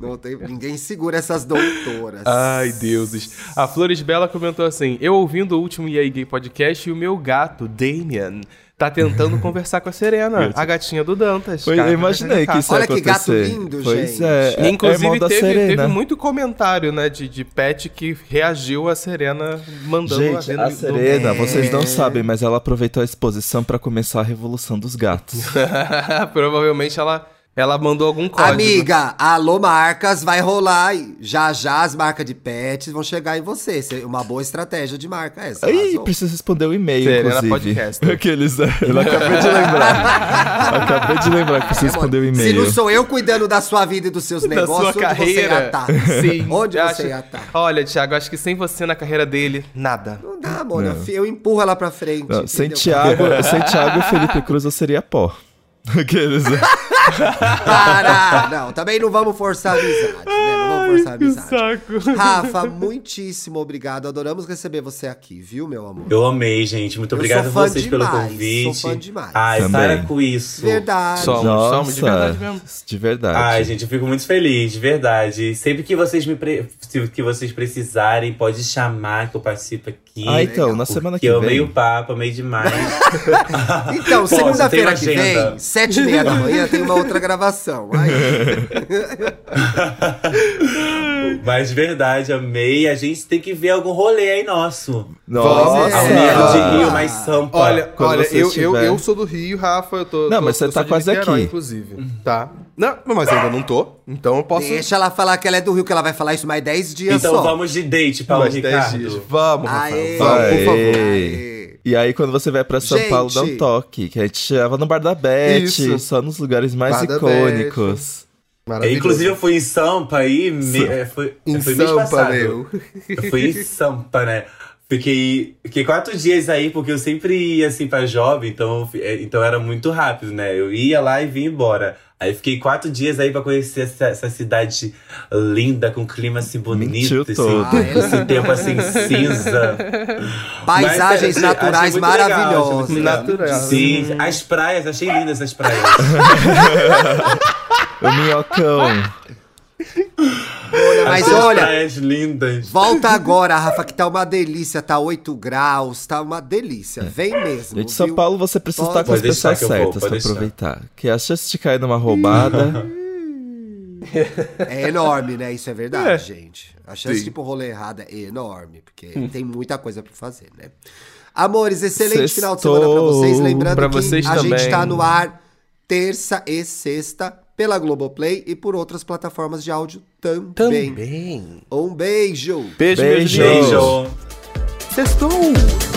não tem, ninguém segura essas doutoras.
Ai, deuses. A Flores Bela comentou assim: Eu ouvindo o último EA Gay Podcast e o meu gato, Damien,
[LAUGHS]
tá tentando conversar com a Serena, a gatinha do Dantas. tá
Pois,
Cara,
eu imaginei que isso ia
Olha que gato
acontecer.
lindo,
pois
gente.
É, é, é
Inclusive,
irmão da
teve,
Serena.
teve muito comentário, né, de, de pet que reagiu a Serena mandando
Gente,
Lena
a
do- É.
Serena, vocês não sabem, mas ela aproveitou a exposição pra começar a Revolução dos Gatos.
[LAUGHS] Provavelmente ela, ela mandou algum código. [LAUGHS]
Amiga, alô marcas, vai rolar. aí. Já já as marcas de pets vão chegar em você. Isso é Uma boa estratégia de marca essa.
Ih,
arrasou.
preciso responder o e-mail,
Serena
inclusive. [LAUGHS]
Podcast.
Aqueles, né? Eu acabei de
[LAUGHS]
lembrar. Eu acabei de lembrar que preciso responder o
Se
e-mail.
não sou eu cuidando da sua vida e dos seus
da
negócios,
sua
onde você
carreira.
ia estar? [LAUGHS]
Sim.
Onde
eu
você ia tá. estar?
Olha, Thiago, acho que sem você na carreira dele, nada.
Não dá, mano. eu fi- Eu empurro ela pra frente.
Não, sem,
entendeu?
Thiago,
[LAUGHS]
sem Thiago e Felipe Cruz eu seria pó. [LAUGHS] Aqueles, né?
Para! Não, também não vamos forçar a amizade, né? Não vamos forçar a amizade.
saco.
Rafa, muitíssimo obrigado. Adoramos receber você aqui, viu, meu amor?
Eu amei, gente. Muito
Eu
obrigado a
sou fã
vocês pelo
demais,
convite.
sou fã demais.
Ai,
Também.
para com isso.
Verdade.
Só- Somos, somos, de verdade mesmo.
De verdade.
Ai, gente, eu fico muito feliz, de verdade. Sempre que vocês me pre- sempre que vocês precisarem, pode chamar que eu participo aqui.
Ah, então, na semana
Porque
que
eu
vem.
amei o papo, amei demais.
[LAUGHS] Então,
Posso,
segunda-feira que
tem
vem,
agenda.
sete e meia da manhã, tem uma outra gravação.
[LAUGHS]
Aí,
Mas de verdade, amei. A gente tem que ver algum rolê aí nosso. é.
É.
é.
Nossa!
Amigo de Rio,
Ah.
mais Sampa.
Olha,
Tá, Quando
olha
você
eu, eu,
estiver-
eu sou do Rio, Rafa, eu tô.
Não,
tô-
mas você
eu
tá
sou de
quase
Niterói,
aqui.
Inclusive. Tá. Não, mas ainda não tô. Então eu posso.
deixa ela falar que ela é do Rio, que ela vai falar isso mais dez dias
então
só.
vamos de date, Paulo
mais 10 dias.
Ricardo.
Vamos, Rafael.
Aê,
Vamos, por favor.
Aê. E aí, quando você vai pra São
Gente.
Paulo, dá um toque. Que a gente chegava no Bar da Beth,
Isso.
só nos lugares mais
Bar da
icônicos.
É,
Maravilhoso.
Inclusive, eu fui em Sampa aí. Me, é, foi,
Em
foi mês
Sampa,
passado.
meu.
Eu fui em Sampa, né? Fiquei, fiquei quatro dias aí, porque eu sempre ia assim pra jovem, então, eu fi- é, então era muito rápido, né? Eu ia lá e vinha embora. Aí fiquei quatro dias aí pra conhecer essa, essa cidade linda, com clima assim
Mentiu
bonito, esse,
todo.
esse tempo assim cinza.
Paisagens
Mas, é,
naturais
achei muito legal,
maravilhosas.
achei muito legal.
Natural.
Sim, as praias, achei lindas as praias.
O
[LAUGHS]
Minhocão.
Mas
Achei as
olha,
praias lindas.
Volta agora, Rafa, que tá uma delícia, tá 8 graus, tá uma
É.
delícia. Vem mesmo.
Gente, São
viu?
Paulo você precisa
Pode-
estar com as
Pode deixar
pessoas
que eu vou,
certas pra
pode deixar.
aproveitar. Que a chance de cair numa
[LAUGHS]
roubada.
É enorme, né? Isso é verdade, gente. A chance de ir pro rolê errado é enorme, porque tem muita coisa pra fazer, né? Amores, excelente
Sextou
final de semana pra vocês. Lembrando
pra
que
vocês
a gente
também.
tá no ar terça e sexta, pela Globoplay e por outras plataformas de áudio também.
Também.
Um beijo!
Beijo,
Beijo.
beijo.
Beijo.
Sextou!